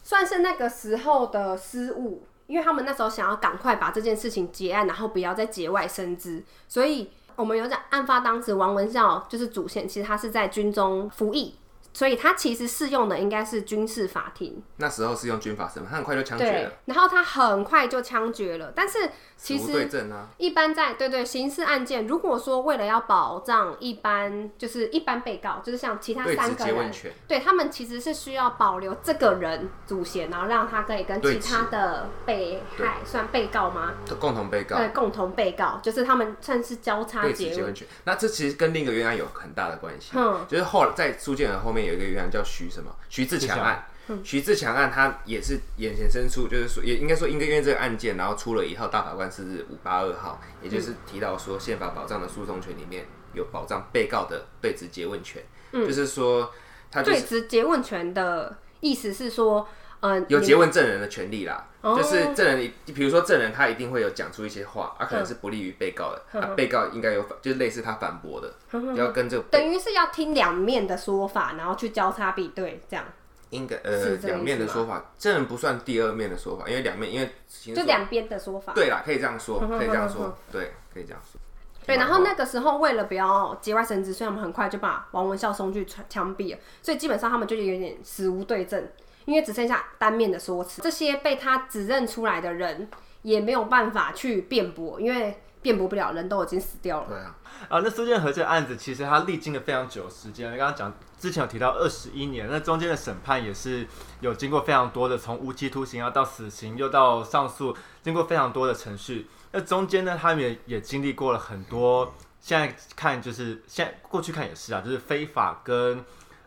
Speaker 1: 算是那个时候的失误，因为他们那时候想要赶快把这件事情结案，然后不要再节外生枝，所以我们有讲案发当时王文孝就是主嫌，其实他是在军中服役。所以它其实适用的应该是军事法庭。
Speaker 3: 那时候是用军法审判，他很快就枪决啊
Speaker 1: 对
Speaker 3: 了，，
Speaker 1: 然后他很快就枪决了。但是其
Speaker 3: 死无对
Speaker 1: 实
Speaker 3: 证啊，
Speaker 1: 一般在对对刑事案件，如果说为了要保障一般就是一般被告，就是像其他
Speaker 3: 对
Speaker 1: 三
Speaker 3: 直
Speaker 1: 个
Speaker 3: 接
Speaker 1: 人
Speaker 3: 问，权，
Speaker 1: 对他们其实是需要保留这个人祖先，然后让他可以跟
Speaker 3: 对
Speaker 1: 其
Speaker 3: 质
Speaker 1: 他的被害算被告吗？
Speaker 3: 共同被告
Speaker 1: 对，共同被告，就是他们算是交叉
Speaker 3: 对直
Speaker 1: 结
Speaker 3: 接
Speaker 1: 论
Speaker 3: 问。权。那这其实跟另一个冤案有很大的关系，
Speaker 1: 嗯
Speaker 3: 就是后来在苏建和后面有一个冤案叫徐什么徐志强案。徐志强案，他也是也衍生出，就是说，也应该说，因为因为这个案件，然后出了以后，大法官是五八二号，也
Speaker 1: 嗯
Speaker 3: 就是提到说，宪法保障的诉讼权里面有保障被告的对质诘问权，就是说，他
Speaker 1: 嗯
Speaker 3: 就
Speaker 1: 对
Speaker 3: 是
Speaker 1: 质诘问权的意思是说，嗯、呃，
Speaker 3: 有
Speaker 1: 你
Speaker 3: 诘问证人的权利啦，
Speaker 1: 哦
Speaker 3: 就是证人，比如说证人他一定会有讲出一些话，啊，
Speaker 1: 嗯
Speaker 3: 可能是不利于被告的，啊，被告应该有反，就是类似他反驳的，
Speaker 1: 嗯
Speaker 3: 要跟这个
Speaker 1: 等于是要听两面的说法，然后去交叉比对，这样
Speaker 3: 应该
Speaker 1: 是
Speaker 3: 呃
Speaker 1: 这个意思吗
Speaker 3: 两面的说法，证人不算第二面的说法，因为两面因为刑事
Speaker 1: 就
Speaker 3: 诉
Speaker 1: 两边的说法。
Speaker 3: 对啦，可以这样说，
Speaker 1: 哼哼嗯
Speaker 3: 可以这样
Speaker 1: 哼
Speaker 3: 说，对，可以这样说。
Speaker 1: 对，然后那个时候为了不要节外生枝，所以他们很快就把王文孝送去枪枪毙了。所以基本上他们就有点死无对证，因为只剩下单面的说辞。这些被他指认出来的人也没有办法去辩驳，因为辩驳不了，人都已经死掉了。
Speaker 3: 对啊，
Speaker 2: 啊，那苏建和这个案子其实它历经了非常久的时间，刚刚讲之前有提到二十一年，那中间的审判也是有经过非常多的，从无期徒刑啊到死刑，又到上诉，经过非常多的程序。那中间呢，他们也也经历过了很多，现在看就是现在过去看也是啊，就是非法跟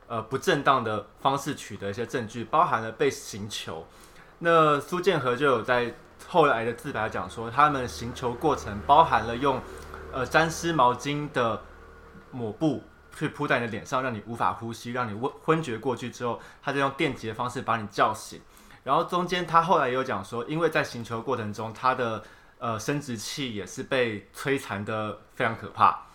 Speaker 2: 呃不正当的方式取得一些证据，包含了被刑求。那苏建和就有在后来的自白讲说，他们刑求过程包含了用呃沾湿毛巾的抹布去铺在你的脸上，让你无法呼吸，让你昏昏厥过去之后，他就用电击的方式把你叫醒。然后中间他后来也有讲说，因为在行球过程中，他的呃生殖器也是被摧残的非常可怕，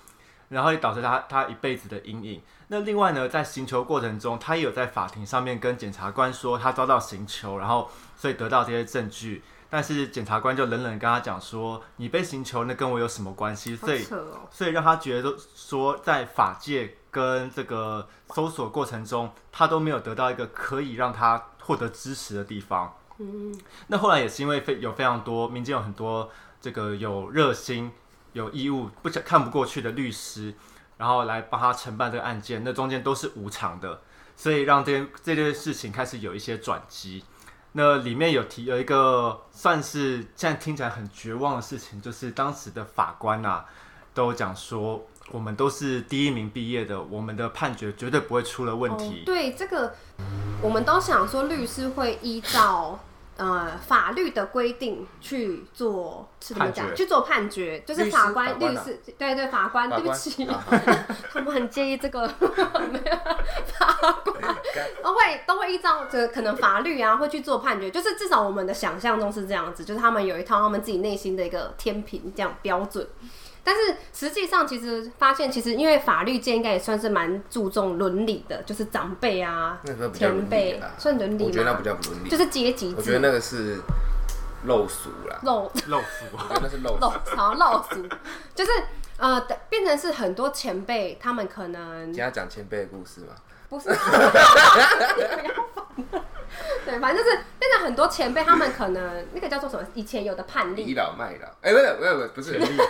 Speaker 2: 然后也导致他他一辈子的阴影。那另外呢，在行球过程中，他也有在法庭上面跟检察官说他遭到行球，然后所以得到这些证据。但是检察官就冷冷跟他讲说：“你被行球，那跟我有什么关系？”
Speaker 1: 好
Speaker 2: 所以
Speaker 1: 扯哦，
Speaker 2: 所以让他觉得说，在法界跟这个搜索过程中，他都没有得到一个可以让他获得支持的地方。嗯，那后来也是因为非有非常多民间有很多这个有热心、有义务不想看不过去的律师，然后来帮他承办这个案件，那中间都是无偿的，所以让这件这件事情开始有一些转机。那里面有提有一个算是现在听起来很绝望的事情，就是当时的法官啊，都讲说我们都是第一名毕业的，我们的判决绝对不会出了问
Speaker 1: 哦
Speaker 2: 题。
Speaker 1: 对这个，我们都想说律师会依照呃法律的规定去做，是怎么
Speaker 2: 判
Speaker 1: 讲？
Speaker 2: 决
Speaker 1: 去做判决，就是
Speaker 3: 律师
Speaker 1: 法
Speaker 3: 法
Speaker 1: 官、
Speaker 3: 官
Speaker 1: 律
Speaker 3: 啊
Speaker 1: 师，对对，法官，
Speaker 3: 法
Speaker 1: 对不
Speaker 3: 官
Speaker 1: 起
Speaker 3: 啊，
Speaker 1: 他们很介意这个， 没有法官都会都会依照这个可能法律啊，会去做判决，就是至少我们的想象中是这样子，就是他们有一套他们自己内心的一个天平这样标准。但是实际上，其实发现，其实因为法律界应该也算是蛮注重伦理的，就是长辈啊
Speaker 3: 那个、比较
Speaker 1: 前
Speaker 3: 伦理
Speaker 1: 辈
Speaker 3: 的啦，
Speaker 1: 算伦理
Speaker 3: 我觉得那
Speaker 1: 吗
Speaker 3: 不？叫不伦理
Speaker 1: 就，是阶级
Speaker 3: 我觉
Speaker 1: 制，
Speaker 3: 得那个是陋俗啦，
Speaker 1: 肉
Speaker 2: 漏 服。
Speaker 3: 我觉得那是陋
Speaker 1: 露
Speaker 3: 俗。
Speaker 1: 槽露俗，就是呃，变成是很多前辈他们可能
Speaker 3: 今天要讲前辈的故 事嘛，
Speaker 1: 不 是、啊， 对，反正就是变成很多前辈，他们可能那个叫做什么，以前有的判
Speaker 3: 倚
Speaker 1: 例、
Speaker 3: 老卖老，哎，不是，不是，不是，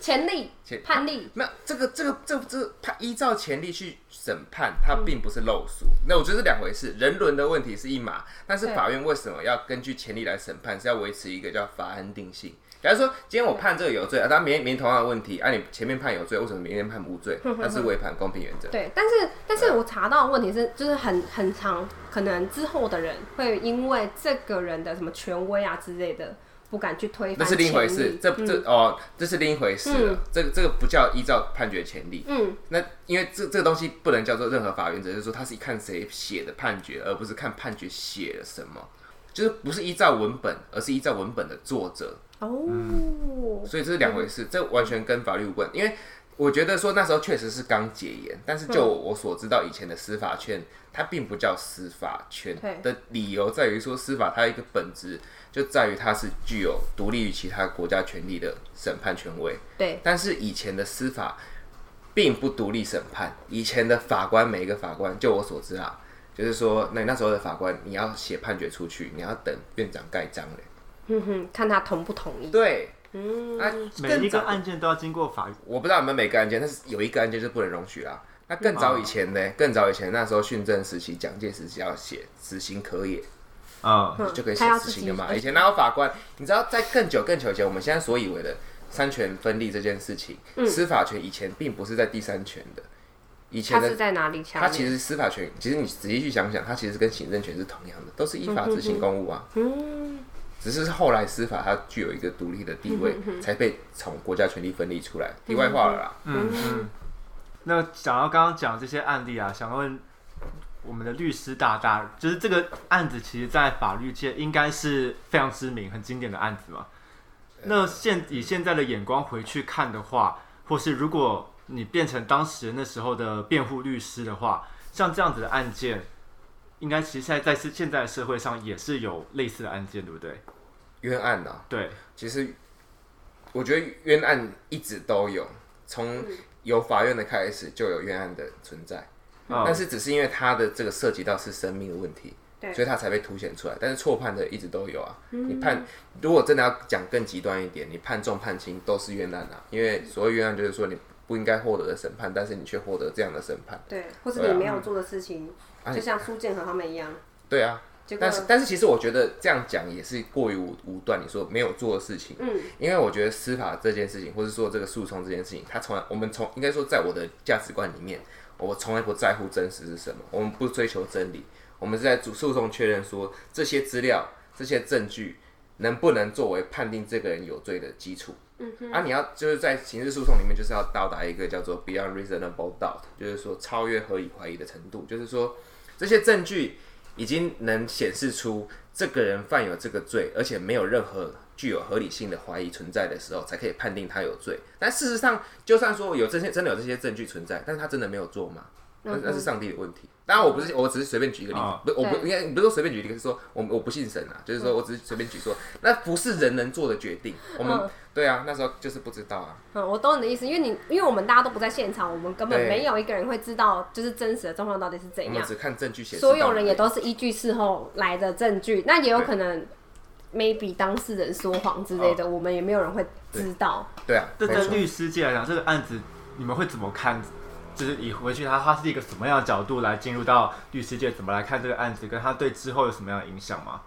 Speaker 1: 前例
Speaker 3: 前、
Speaker 1: 判例，
Speaker 3: 没有这个这个这这判依照潜力去审判，它并不是漏俗。那我觉得是两回事，人伦的问题是一码，但是
Speaker 1: 对
Speaker 3: 法院为什么要根据潜力来审判？是要维持一个叫法安定性。假如说今天我判这个有罪，啊，他明天明天同样的问题，啊，你前面判有罪，为什么明天判无罪？那是违反公平原则。
Speaker 1: 对。但是，但是我查到的问题是，就是很很长，可能之后的人会因为这个人的什么权威啊之类的，不敢去推
Speaker 3: 那
Speaker 1: 翻
Speaker 3: 是
Speaker 1: 前例。
Speaker 3: 另一回事，这这哦，这是另一回事了
Speaker 1: 嗯。
Speaker 3: 这个这个不叫依照判决潜力，
Speaker 1: 嗯，
Speaker 3: 那因为这这个东西不能叫做任何法原则，就是说它是看谁写的判决，而不是看判决写了什么，就是不是依照文本，而是依照文本的作者，
Speaker 1: 哦，嗯
Speaker 3: 所以这是两回事，这完全跟法律无关。因为我觉得说那时候确实是刚解严，但是就我所知道以前的司法圈，它并不叫司法圈
Speaker 1: 对
Speaker 3: 的理由在于说司法它一个本质就在于它是具有独立于其他国家权力的审判权威。
Speaker 1: 对，
Speaker 3: 但是以前的司法并不独立审判。以前的法官，每一个法官，就我所知啊，就是说，那那时候的法官，你要写判决出去，你要等院长盖章嘞。
Speaker 1: 哼哼，嗯看他同不同意。
Speaker 3: 对，嗯，啊，
Speaker 2: 每
Speaker 3: 更
Speaker 2: 一个
Speaker 3: 早，
Speaker 2: 案件都要经过法
Speaker 3: 我不知道有没有每个案件，但是有一个案件就不能容许啦。那更早以
Speaker 1: 嗯
Speaker 3: 前呢？更早以前，那时候训政时期、蒋介石要写执行可也，
Speaker 2: 啊、嗯
Speaker 1: 嗯
Speaker 3: 就可以写
Speaker 1: 他要
Speaker 3: 死
Speaker 1: 自
Speaker 3: 刑
Speaker 1: 己
Speaker 3: 的嘛。以前哪有法官？你知道，在更久更久以前，我们现在所以为的三权分立这件事情，
Speaker 1: 嗯
Speaker 3: 司法权以前并不是在第三权的，以前
Speaker 1: 他
Speaker 3: 的
Speaker 1: 是在哪里下
Speaker 3: 它
Speaker 1: 面？
Speaker 3: 其实司法权，其实你仔细去想想，它其实跟行政权是同样的，都是依法执行公务啊。嗯，只是后来司法它具有一个独立的地
Speaker 1: 嗯
Speaker 3: 位，才被从国家权力分离出来。题外话了啦，
Speaker 2: 嗯嗯。那讲到刚刚讲这些案例啊，想问我们的律师大大，就是这个案子，其实，在法律界应该是非常知名、很经典的案子嘛。那现以现在的眼光回去看的话，或是如果你变成当时那时候的辩护律师的话，像这样子的案件，应该其实现在在是现在的社会上也是有类似的案件，对不对？
Speaker 3: 冤案呐、
Speaker 2: 对，
Speaker 3: 其实我觉得冤案一直都有，从有法院的开始就有冤案的存在，
Speaker 2: 嗯
Speaker 3: 但是只是因为它的这个涉及到是生命的问题，
Speaker 1: 对
Speaker 3: 所以它才被凸显出来。但是错判的一直都有啊，你判如果真的要讲更极端一点，你判重判轻都是冤案啊，因为所谓冤案就是说你不应该获得的审判，但是你却获得这样的审判，
Speaker 1: 对，或是
Speaker 3: 对
Speaker 1: 你
Speaker 3: 啊
Speaker 1: 没有做的事情，就像苏建和他们一样，
Speaker 3: 对啊。
Speaker 1: 结果
Speaker 3: 但是，但是，其实我觉得这样讲也是过于武武断。你说没有做的事情，
Speaker 1: 嗯，
Speaker 3: 因为我觉得司法这件事情，或是说这个诉讼这件事情，它从来我们从应该说，在我的价值观里面，我从来不在乎真实是什么，我们不追求真理，我们是在诉诉讼确认说这些资料、这些证据能不能作为判定这个人有罪的基础。嗯哼，啊，你要就是在刑事诉讼里面，就是要到达一个叫做 beyond reasonable doubt，就是说超越合理怀疑的程度，就是说这些证据已经能显示出这个人犯有这个罪，而且没有任何具有合理性的怀疑存在的时候，才可以判定他有罪。但事实上，就算说有这些真的有这些证据存在，但是他真的没有做吗？那那是上帝的问题。当然，我不是，我只是随便举一个例子
Speaker 2: 啊，
Speaker 3: 不，我不
Speaker 1: 对嗯
Speaker 3: 应该不是说随便举一个例子，是说我我不信神啊，就是说我只是随便举说，那不是人能做的决定。我
Speaker 1: 嗯
Speaker 3: 们对啊，那时候就是不知道啊。
Speaker 1: 嗯，我懂你的意思，因为你因为我们大家都不在现场，我们根本
Speaker 3: 对
Speaker 1: 没有一个人会知道就是真实的状况到底是怎
Speaker 3: 我们
Speaker 1: 样，
Speaker 3: 只看证据显示到
Speaker 1: 所
Speaker 3: 哪里，
Speaker 1: 有人也都是依据事后来的证据，那也有可能 maybe 当事人说谎之类的，
Speaker 3: 哦
Speaker 1: 我们也没有人会知道。
Speaker 3: 对啊，
Speaker 2: 这
Speaker 3: 没
Speaker 2: 对
Speaker 3: 错。
Speaker 2: 律师界来讲，这个案子你们会怎么看？就是以回去他他是一个什么样的角度来进入到律师界，怎么来看这个案子，跟他对之后有什么样的影响吗？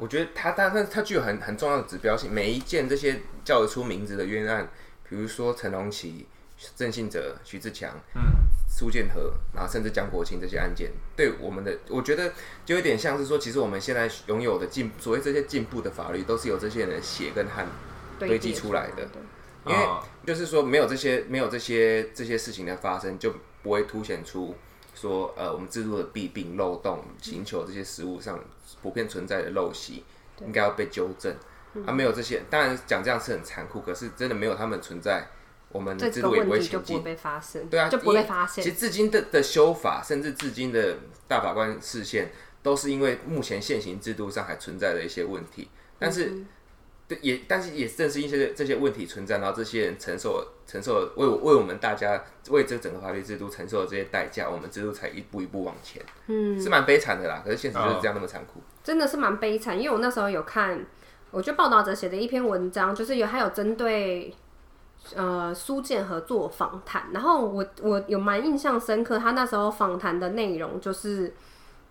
Speaker 3: 我觉得它它它它具有很很重要的指标性。每一件这些叫得出名字的冤案，比如说陈龙奇、郑信哲、徐志强、嗯、苏建和，然后甚至江国庆这些案件，对我们的，我觉得就有点像是说，其实我们现在拥有的进，所谓这些进步的法律，都是由这些人的血跟汗
Speaker 1: 对
Speaker 3: 堆积出来的。因为
Speaker 2: 啊
Speaker 3: 就是说没有这些没有这些这些事情的发生，就不会凸显出说呃我们制度的弊病、漏洞、请求这些实务上普遍存在的陋习，应该要被纠正。
Speaker 1: 嗯
Speaker 3: 啊，没有这些，当然讲这样是很残酷，可是真的没有他们存在，我们的
Speaker 1: 这
Speaker 3: 制
Speaker 1: 个
Speaker 3: 度也不
Speaker 1: 问
Speaker 3: 会
Speaker 1: 题就
Speaker 3: 前
Speaker 1: 不会
Speaker 3: 进。
Speaker 1: 被发生，
Speaker 3: 对啊，
Speaker 1: 就不会
Speaker 3: 因
Speaker 1: 被发
Speaker 3: 其
Speaker 1: 现。
Speaker 3: 实至今的的修法，甚至至今的大法官视线，都是因为目前现行制度上还存在的一些问题。但
Speaker 1: 嗯
Speaker 3: 是，对也，但是也正是因为这些问题存在，然后这些人承受承受为我为我们大家为这整个法律制度承受的这些代价，我们制度才一步一步往前。嗯，是蛮悲惨的啦。可是现实就是这样那么残酷。
Speaker 1: 真的是蛮悲惨，因为我那时候有看，我觉得报道者写的一篇文章，就是有还有针对呃苏建和做访谈，然后我我有蛮印象深刻，他那时候访谈的内容就是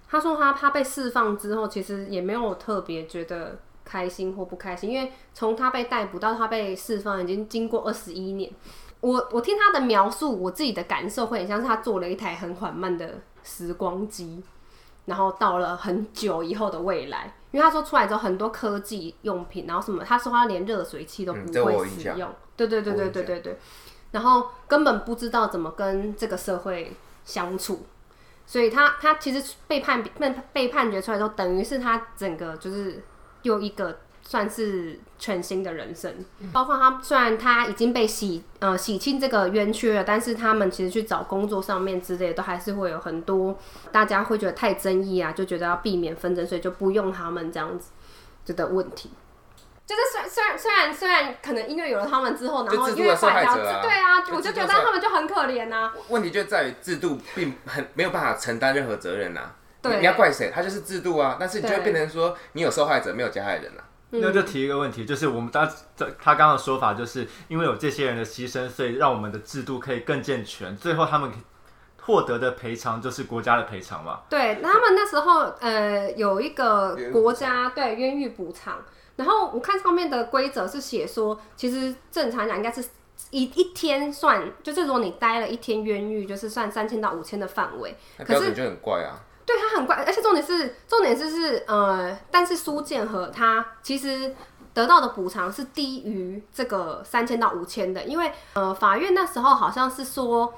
Speaker 1: 他说他他被释放之后，其实也没有特别觉得开心或不开心，因为从他被逮捕到他被释放，已经经过二十一年。我我听他的描述，我自己的感受会很像是他坐了一台很缓慢的时光机，然后到了很久以后的未来。因为他说出来之后，很多科技用品，然后什么，他说他连热水器都
Speaker 3: 嗯
Speaker 1: 不
Speaker 3: 这我有
Speaker 1: 会
Speaker 3: 印
Speaker 1: 使
Speaker 3: 象
Speaker 1: 用，对对对对对对对，然后根本不知道怎么跟这个社会相处，所以他他其实被判被被判决出来之后，等于是他整个就是又一个算是全新的人生。包括他虽然他已经被洗呃洗清这个冤屈了，但是他们其实去找工作上面之类的，都还是会有很多大家会觉得太争议啊，就觉得要避免纷争，所以就不用他们这样子的问题。就是虽虽然虽然虽然可能音乐有了他们之后，然后
Speaker 3: 就
Speaker 1: 音
Speaker 3: 制度
Speaker 1: 乐
Speaker 3: 的受
Speaker 1: 坏掉，
Speaker 3: 害者啊
Speaker 1: 对啊，
Speaker 3: 就
Speaker 1: 我就
Speaker 3: 制度
Speaker 1: 觉得
Speaker 3: 受害
Speaker 1: 他们就很可怜啊呐、
Speaker 3: 问题就在于制度并很没有办法承担任何责任呐、啊你
Speaker 1: 对
Speaker 3: 你要怪谁？他就是制度啊，但是你就会
Speaker 1: 对
Speaker 3: 变成说你有受害者，没有加害人啊。
Speaker 2: 那就提一个问题，就是我们他他刚刚的说法，就是因为有这些人的牺牲，所以让我们的制度可以更健全，最后他们获得的赔偿就是国家的赔偿嘛。
Speaker 1: 对，那他们那时候呃有一个
Speaker 3: 冤狱
Speaker 1: 国家对冤狱补偿，然后我看上面的规则是写说，其实正常讲应该是一一天算，就是如果你待了一天冤狱，就是算三千到五千的范围。
Speaker 3: 那
Speaker 1: 可
Speaker 3: 标
Speaker 1: 是
Speaker 3: 准就很怪啊。
Speaker 1: 对他很怪，而且重点是重点是是呃，但是苏建和他其实得到的补偿是低于这个三千到五千的，因为呃，法院那时候好像是说，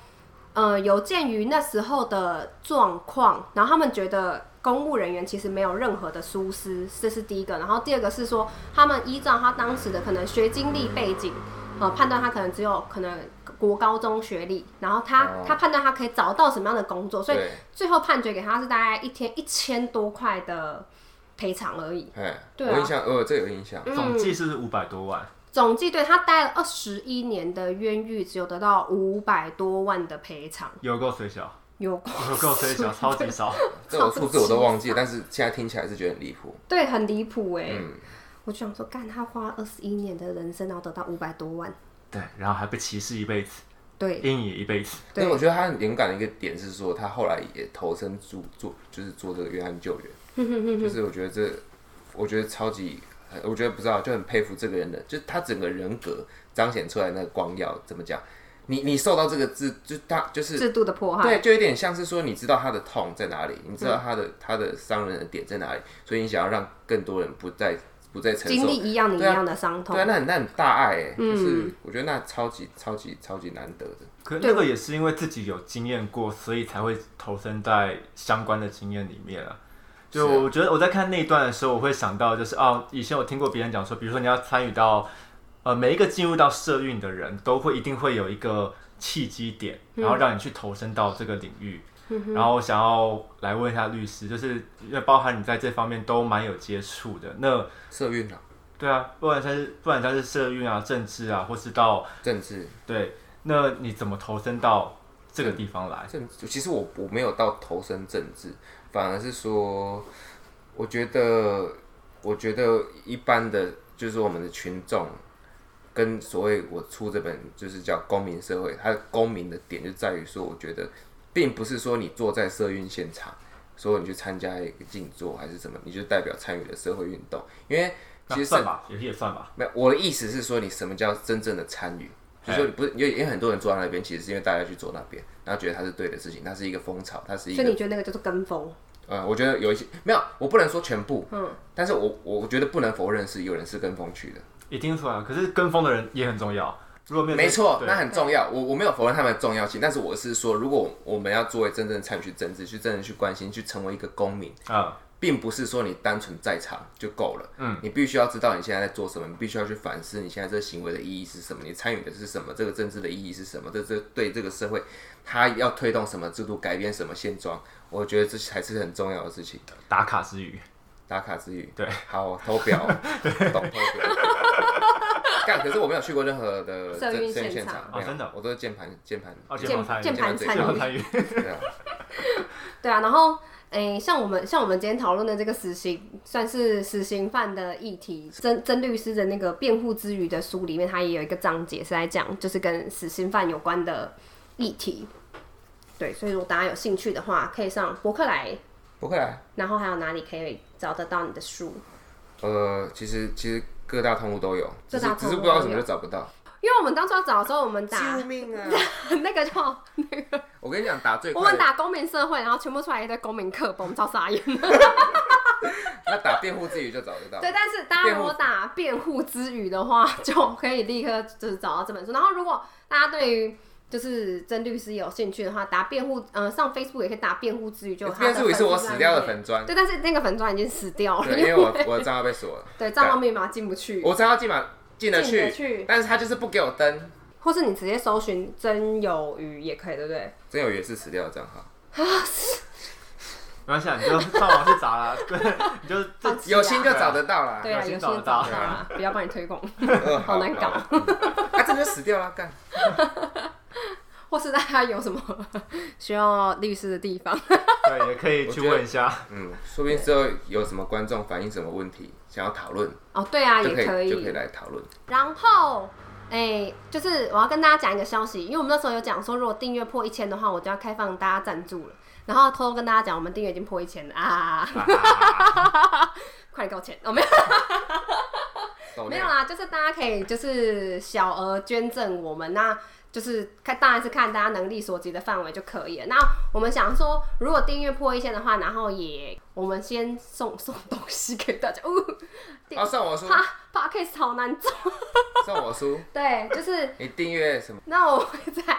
Speaker 1: 呃，有鉴于那时候的状况，然后他们觉得。公务人员其实没有任何的疏失，这是第一个。然后第二个是说，他们依照他当时的可能学经历背景，呃，判断他可能只有可能国高中学历，然后他、
Speaker 3: 哦
Speaker 1: 他判断他可以找到什么样的工作，所以
Speaker 3: 对，
Speaker 1: 最后判决给他是大概一天一千多块的赔偿而已，
Speaker 3: 哎，
Speaker 1: 对啊嗯
Speaker 3: 我印象，呃，这有印象。
Speaker 2: 总计是五百多万，
Speaker 1: 总计对他待了二十一年的冤狱，只有得到五百多万的赔偿，
Speaker 2: 有够水小，
Speaker 1: 有够
Speaker 2: 有够水小，超级少。
Speaker 3: 这我数字我都忘
Speaker 1: 啊
Speaker 3: 记了，但是现在听起来是觉得很离谱。
Speaker 1: 对，很离谱哎！
Speaker 3: 嗯，
Speaker 1: 我就想说，干他花二十一年的人生，然后得到五百多万，
Speaker 2: 对，然后还被歧视一辈子，
Speaker 1: 对
Speaker 2: 阴影一辈子。
Speaker 3: 但是我
Speaker 1: 对
Speaker 3: 觉得他很勇敢的一个点是说，他后来也投身做做，就是做这个约翰救援，
Speaker 1: 嗯
Speaker 3: 就是我觉得这，我觉得超级，我觉得不知道，就很佩服这个人的，就是他整个人格彰显出来那个光耀，怎么讲？你你受到这个制，就他就是
Speaker 1: 制度的迫害，
Speaker 3: 对，就有点像是说，你知道他的痛在哪里，你知道
Speaker 1: 嗯
Speaker 3: 他的、他的伤人的点在哪里，所以你想要让更多人不再不再承
Speaker 1: 经
Speaker 3: 受。
Speaker 1: 历一样你一
Speaker 3: 对啊
Speaker 1: 样的伤痛
Speaker 3: 对啊，，那很那很大爱哎、
Speaker 1: 嗯
Speaker 3: 就是我觉得那超级超级超级难得的。
Speaker 2: 可那个也是因为自己有经验过，所以才会投身在相关的经验里面啊。就是
Speaker 3: 啊
Speaker 2: 我觉得我在看那一段的时候，我会想到就是哦，以前我听过别人讲说，比如说你要参与到呃每一个进入到社运的人都会一定会有一个契机点，然后让你去投身到这个领域。然后我想要来问一下律师，就是因为包含你在这方面都蛮有接触的，那
Speaker 3: 社运啊，
Speaker 2: 对啊，不管像是不管像是社运啊、政治啊，或是到
Speaker 3: 政治
Speaker 2: 对，那你怎么投身到这个地方来？
Speaker 3: 政治，其实我我没有到投身政治，反而是说，我觉得我觉得一般的就是我们的群众。跟所谓我出这本就是叫公民社会，它的公民的点就在于说，我觉得并不是说你坐在社运现场，说你去参加一个静坐还是什么，你就代表参与了社会运动，因为
Speaker 2: 那
Speaker 3: 其实
Speaker 2: 算吧，也也算吧。
Speaker 3: 没有，我的意思是说，你什么叫真正的参与？就说你不是，因为因为很多人坐在那边，其实是因为大家去做那边，然后觉得它是对的事情，它是一个风潮，它是一
Speaker 1: 所以
Speaker 3: 个
Speaker 1: 你觉得那个就是跟风，
Speaker 3: 呃，我觉得有一些没有，我不能说全部，
Speaker 1: 嗯，
Speaker 3: 但是我我觉得不能否认是有人是跟风去的，
Speaker 2: 一定出来了，可是跟风的人也很重要。如果没有
Speaker 3: 没错，
Speaker 2: 对
Speaker 3: 那很重要。我我没有否认他们的重要性，但是我是说，如果我们要作为真正参与去政治，去真正去关心，去成为一个公民，
Speaker 2: 啊、
Speaker 3: 并不是说你单纯在场就够了，嗯，你必须要知道你现在在做什么，你必须要去反思你现在这个行为的意义是什么，你参与的是什么，这个政治的意义是什么，这这对这个社会，它要推动什么制度，改变什么现状，我觉得这才是很重要的事情。
Speaker 2: 打卡之余，
Speaker 3: 打卡之余，
Speaker 2: 对，
Speaker 3: 好投 表，懂投表。干，可是我没有去过任何的
Speaker 1: 社运
Speaker 3: 政
Speaker 1: 现
Speaker 3: 现
Speaker 1: 场
Speaker 3: 场，没有
Speaker 2: 哦真哦的哦
Speaker 3: 我都是键盘键盘，
Speaker 2: 而且
Speaker 1: 键哦键盘参
Speaker 3: 键盘
Speaker 2: 要
Speaker 1: 与，
Speaker 2: 参与，
Speaker 3: 对啊，
Speaker 1: 对啊，然后诶、像我们像我们今天讨论的这个死刑，算是死刑犯的议题。曾曾律师的那个辩护之余的书里面，他也有一个章节是在讲，就是跟死刑犯有关的议题。对，所以如果大家有兴趣的话，可以上博客来，
Speaker 3: 不会啊来。
Speaker 1: 然后还有哪里可以找得到你的书？
Speaker 3: 呃，其实其实各大通路都有，只
Speaker 1: 各
Speaker 3: 是
Speaker 1: 大通路
Speaker 3: 只是不知道为什么
Speaker 1: 都有
Speaker 3: 就找不到。
Speaker 1: 因为我们当初要找的时候，我们打
Speaker 3: 命啊！
Speaker 1: 那个叫
Speaker 3: 我跟你讲，打最
Speaker 1: 我
Speaker 3: 快
Speaker 1: 们
Speaker 3: 的，
Speaker 1: 打公民社会，然后全部出来一堆公民课本，我们超傻眼。
Speaker 3: 那打辩护之余就找得到。
Speaker 1: 对，但是大家如果打辩护之语的话，就可以立刻就是找到这本书。然后如果大家对于就是曾律师有兴趣的话，打辩护呃上 Facebook 也可以打辩护之语，就有他
Speaker 3: 辩
Speaker 1: 的
Speaker 3: 护之余是我
Speaker 1: 粉丝
Speaker 3: 死
Speaker 1: 专
Speaker 3: 掉的
Speaker 1: 页
Speaker 3: 粉砖，
Speaker 1: 对，但是那个粉砖已经死掉了，
Speaker 3: 对，
Speaker 1: 因
Speaker 3: 因
Speaker 1: 为
Speaker 3: 为我我的账号被锁了，
Speaker 1: 对账号密码进不去，
Speaker 3: 我账号进码进得
Speaker 1: 进得
Speaker 3: 去，
Speaker 1: 去
Speaker 3: 但是他就是不给我登。
Speaker 1: 或是你直接搜寻曾有余也可以，对不对？
Speaker 3: 真有也是死掉的账号，
Speaker 2: 关系啊，你就上网去找啦， 对，你就这
Speaker 3: 有心就找得到啦。
Speaker 1: 啊对啊，有
Speaker 2: 有
Speaker 1: 些
Speaker 2: 些
Speaker 1: 找
Speaker 2: 找
Speaker 1: 得
Speaker 2: 得
Speaker 1: 到
Speaker 2: 到
Speaker 1: 啊，不要帮你推 广，
Speaker 3: 嗯
Speaker 1: 好难搞。
Speaker 3: 啊，这就死掉了，干。
Speaker 1: 或是大家有什么 需要律师的地方，
Speaker 2: 对，也可以去问一下。
Speaker 3: 嗯，说不定之后有什么观众反映什么问题，想要讨论，
Speaker 1: 哦，对啊，
Speaker 3: 就
Speaker 1: 也
Speaker 3: 可
Speaker 1: 可
Speaker 3: 以
Speaker 1: 以
Speaker 3: 就可以来讨论。
Speaker 1: 然后，哎、就是我要跟大家讲一个消息，因为我们那时候有讲说，如果订阅破一千的话，我就要开放大家赞助了。然后偷偷跟大家讲，我们订阅已经破一千了 啊！快点给我钱哦，没有没有啦，就是大家可以就是小额捐赠我们那。就是看，当然是看大家能力所及的范围就可以了。那我们想说，如果订阅破一千的话，然后也我们先送送东西给大家。呜、
Speaker 3: 哦，上我书，
Speaker 1: 怕 p o d c a s 好难做。
Speaker 3: 上我书，
Speaker 1: 对，就是
Speaker 3: 你订阅什 么？
Speaker 1: 那我会在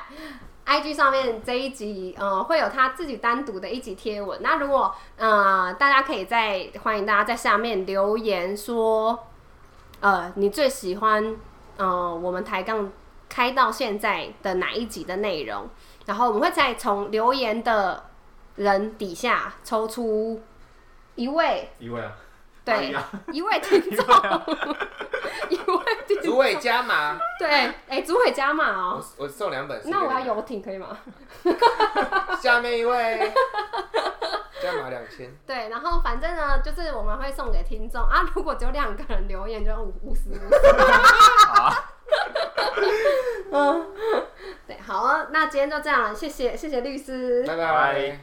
Speaker 1: IG 上面这一集，呃，会有他自己单独的一集贴文。那如果呃，大家可以在欢迎大家在下面留言说，呃，你最喜欢呃我们抬杠开到现在的哪一集的内容？然后我们会再从留言的人底下抽出一位，
Speaker 2: 一位啊，哎
Speaker 1: 对，
Speaker 2: 呀
Speaker 1: 一位听众，一位啊听
Speaker 3: 主
Speaker 1: 众，
Speaker 3: 委加码，
Speaker 1: 对，哎、组委加码哦、
Speaker 3: 我我送两本。
Speaker 1: 那我要游艇可以吗？
Speaker 3: 下面一位，加码两千。
Speaker 1: 对，然后反正呢，就是我们会送给听众啊。 如果只有两个人留言，就五五十五十。 嗯，对，好啊，那今天就这样了，谢谢谢谢律师，
Speaker 3: 拜
Speaker 2: 拜
Speaker 3: 拜。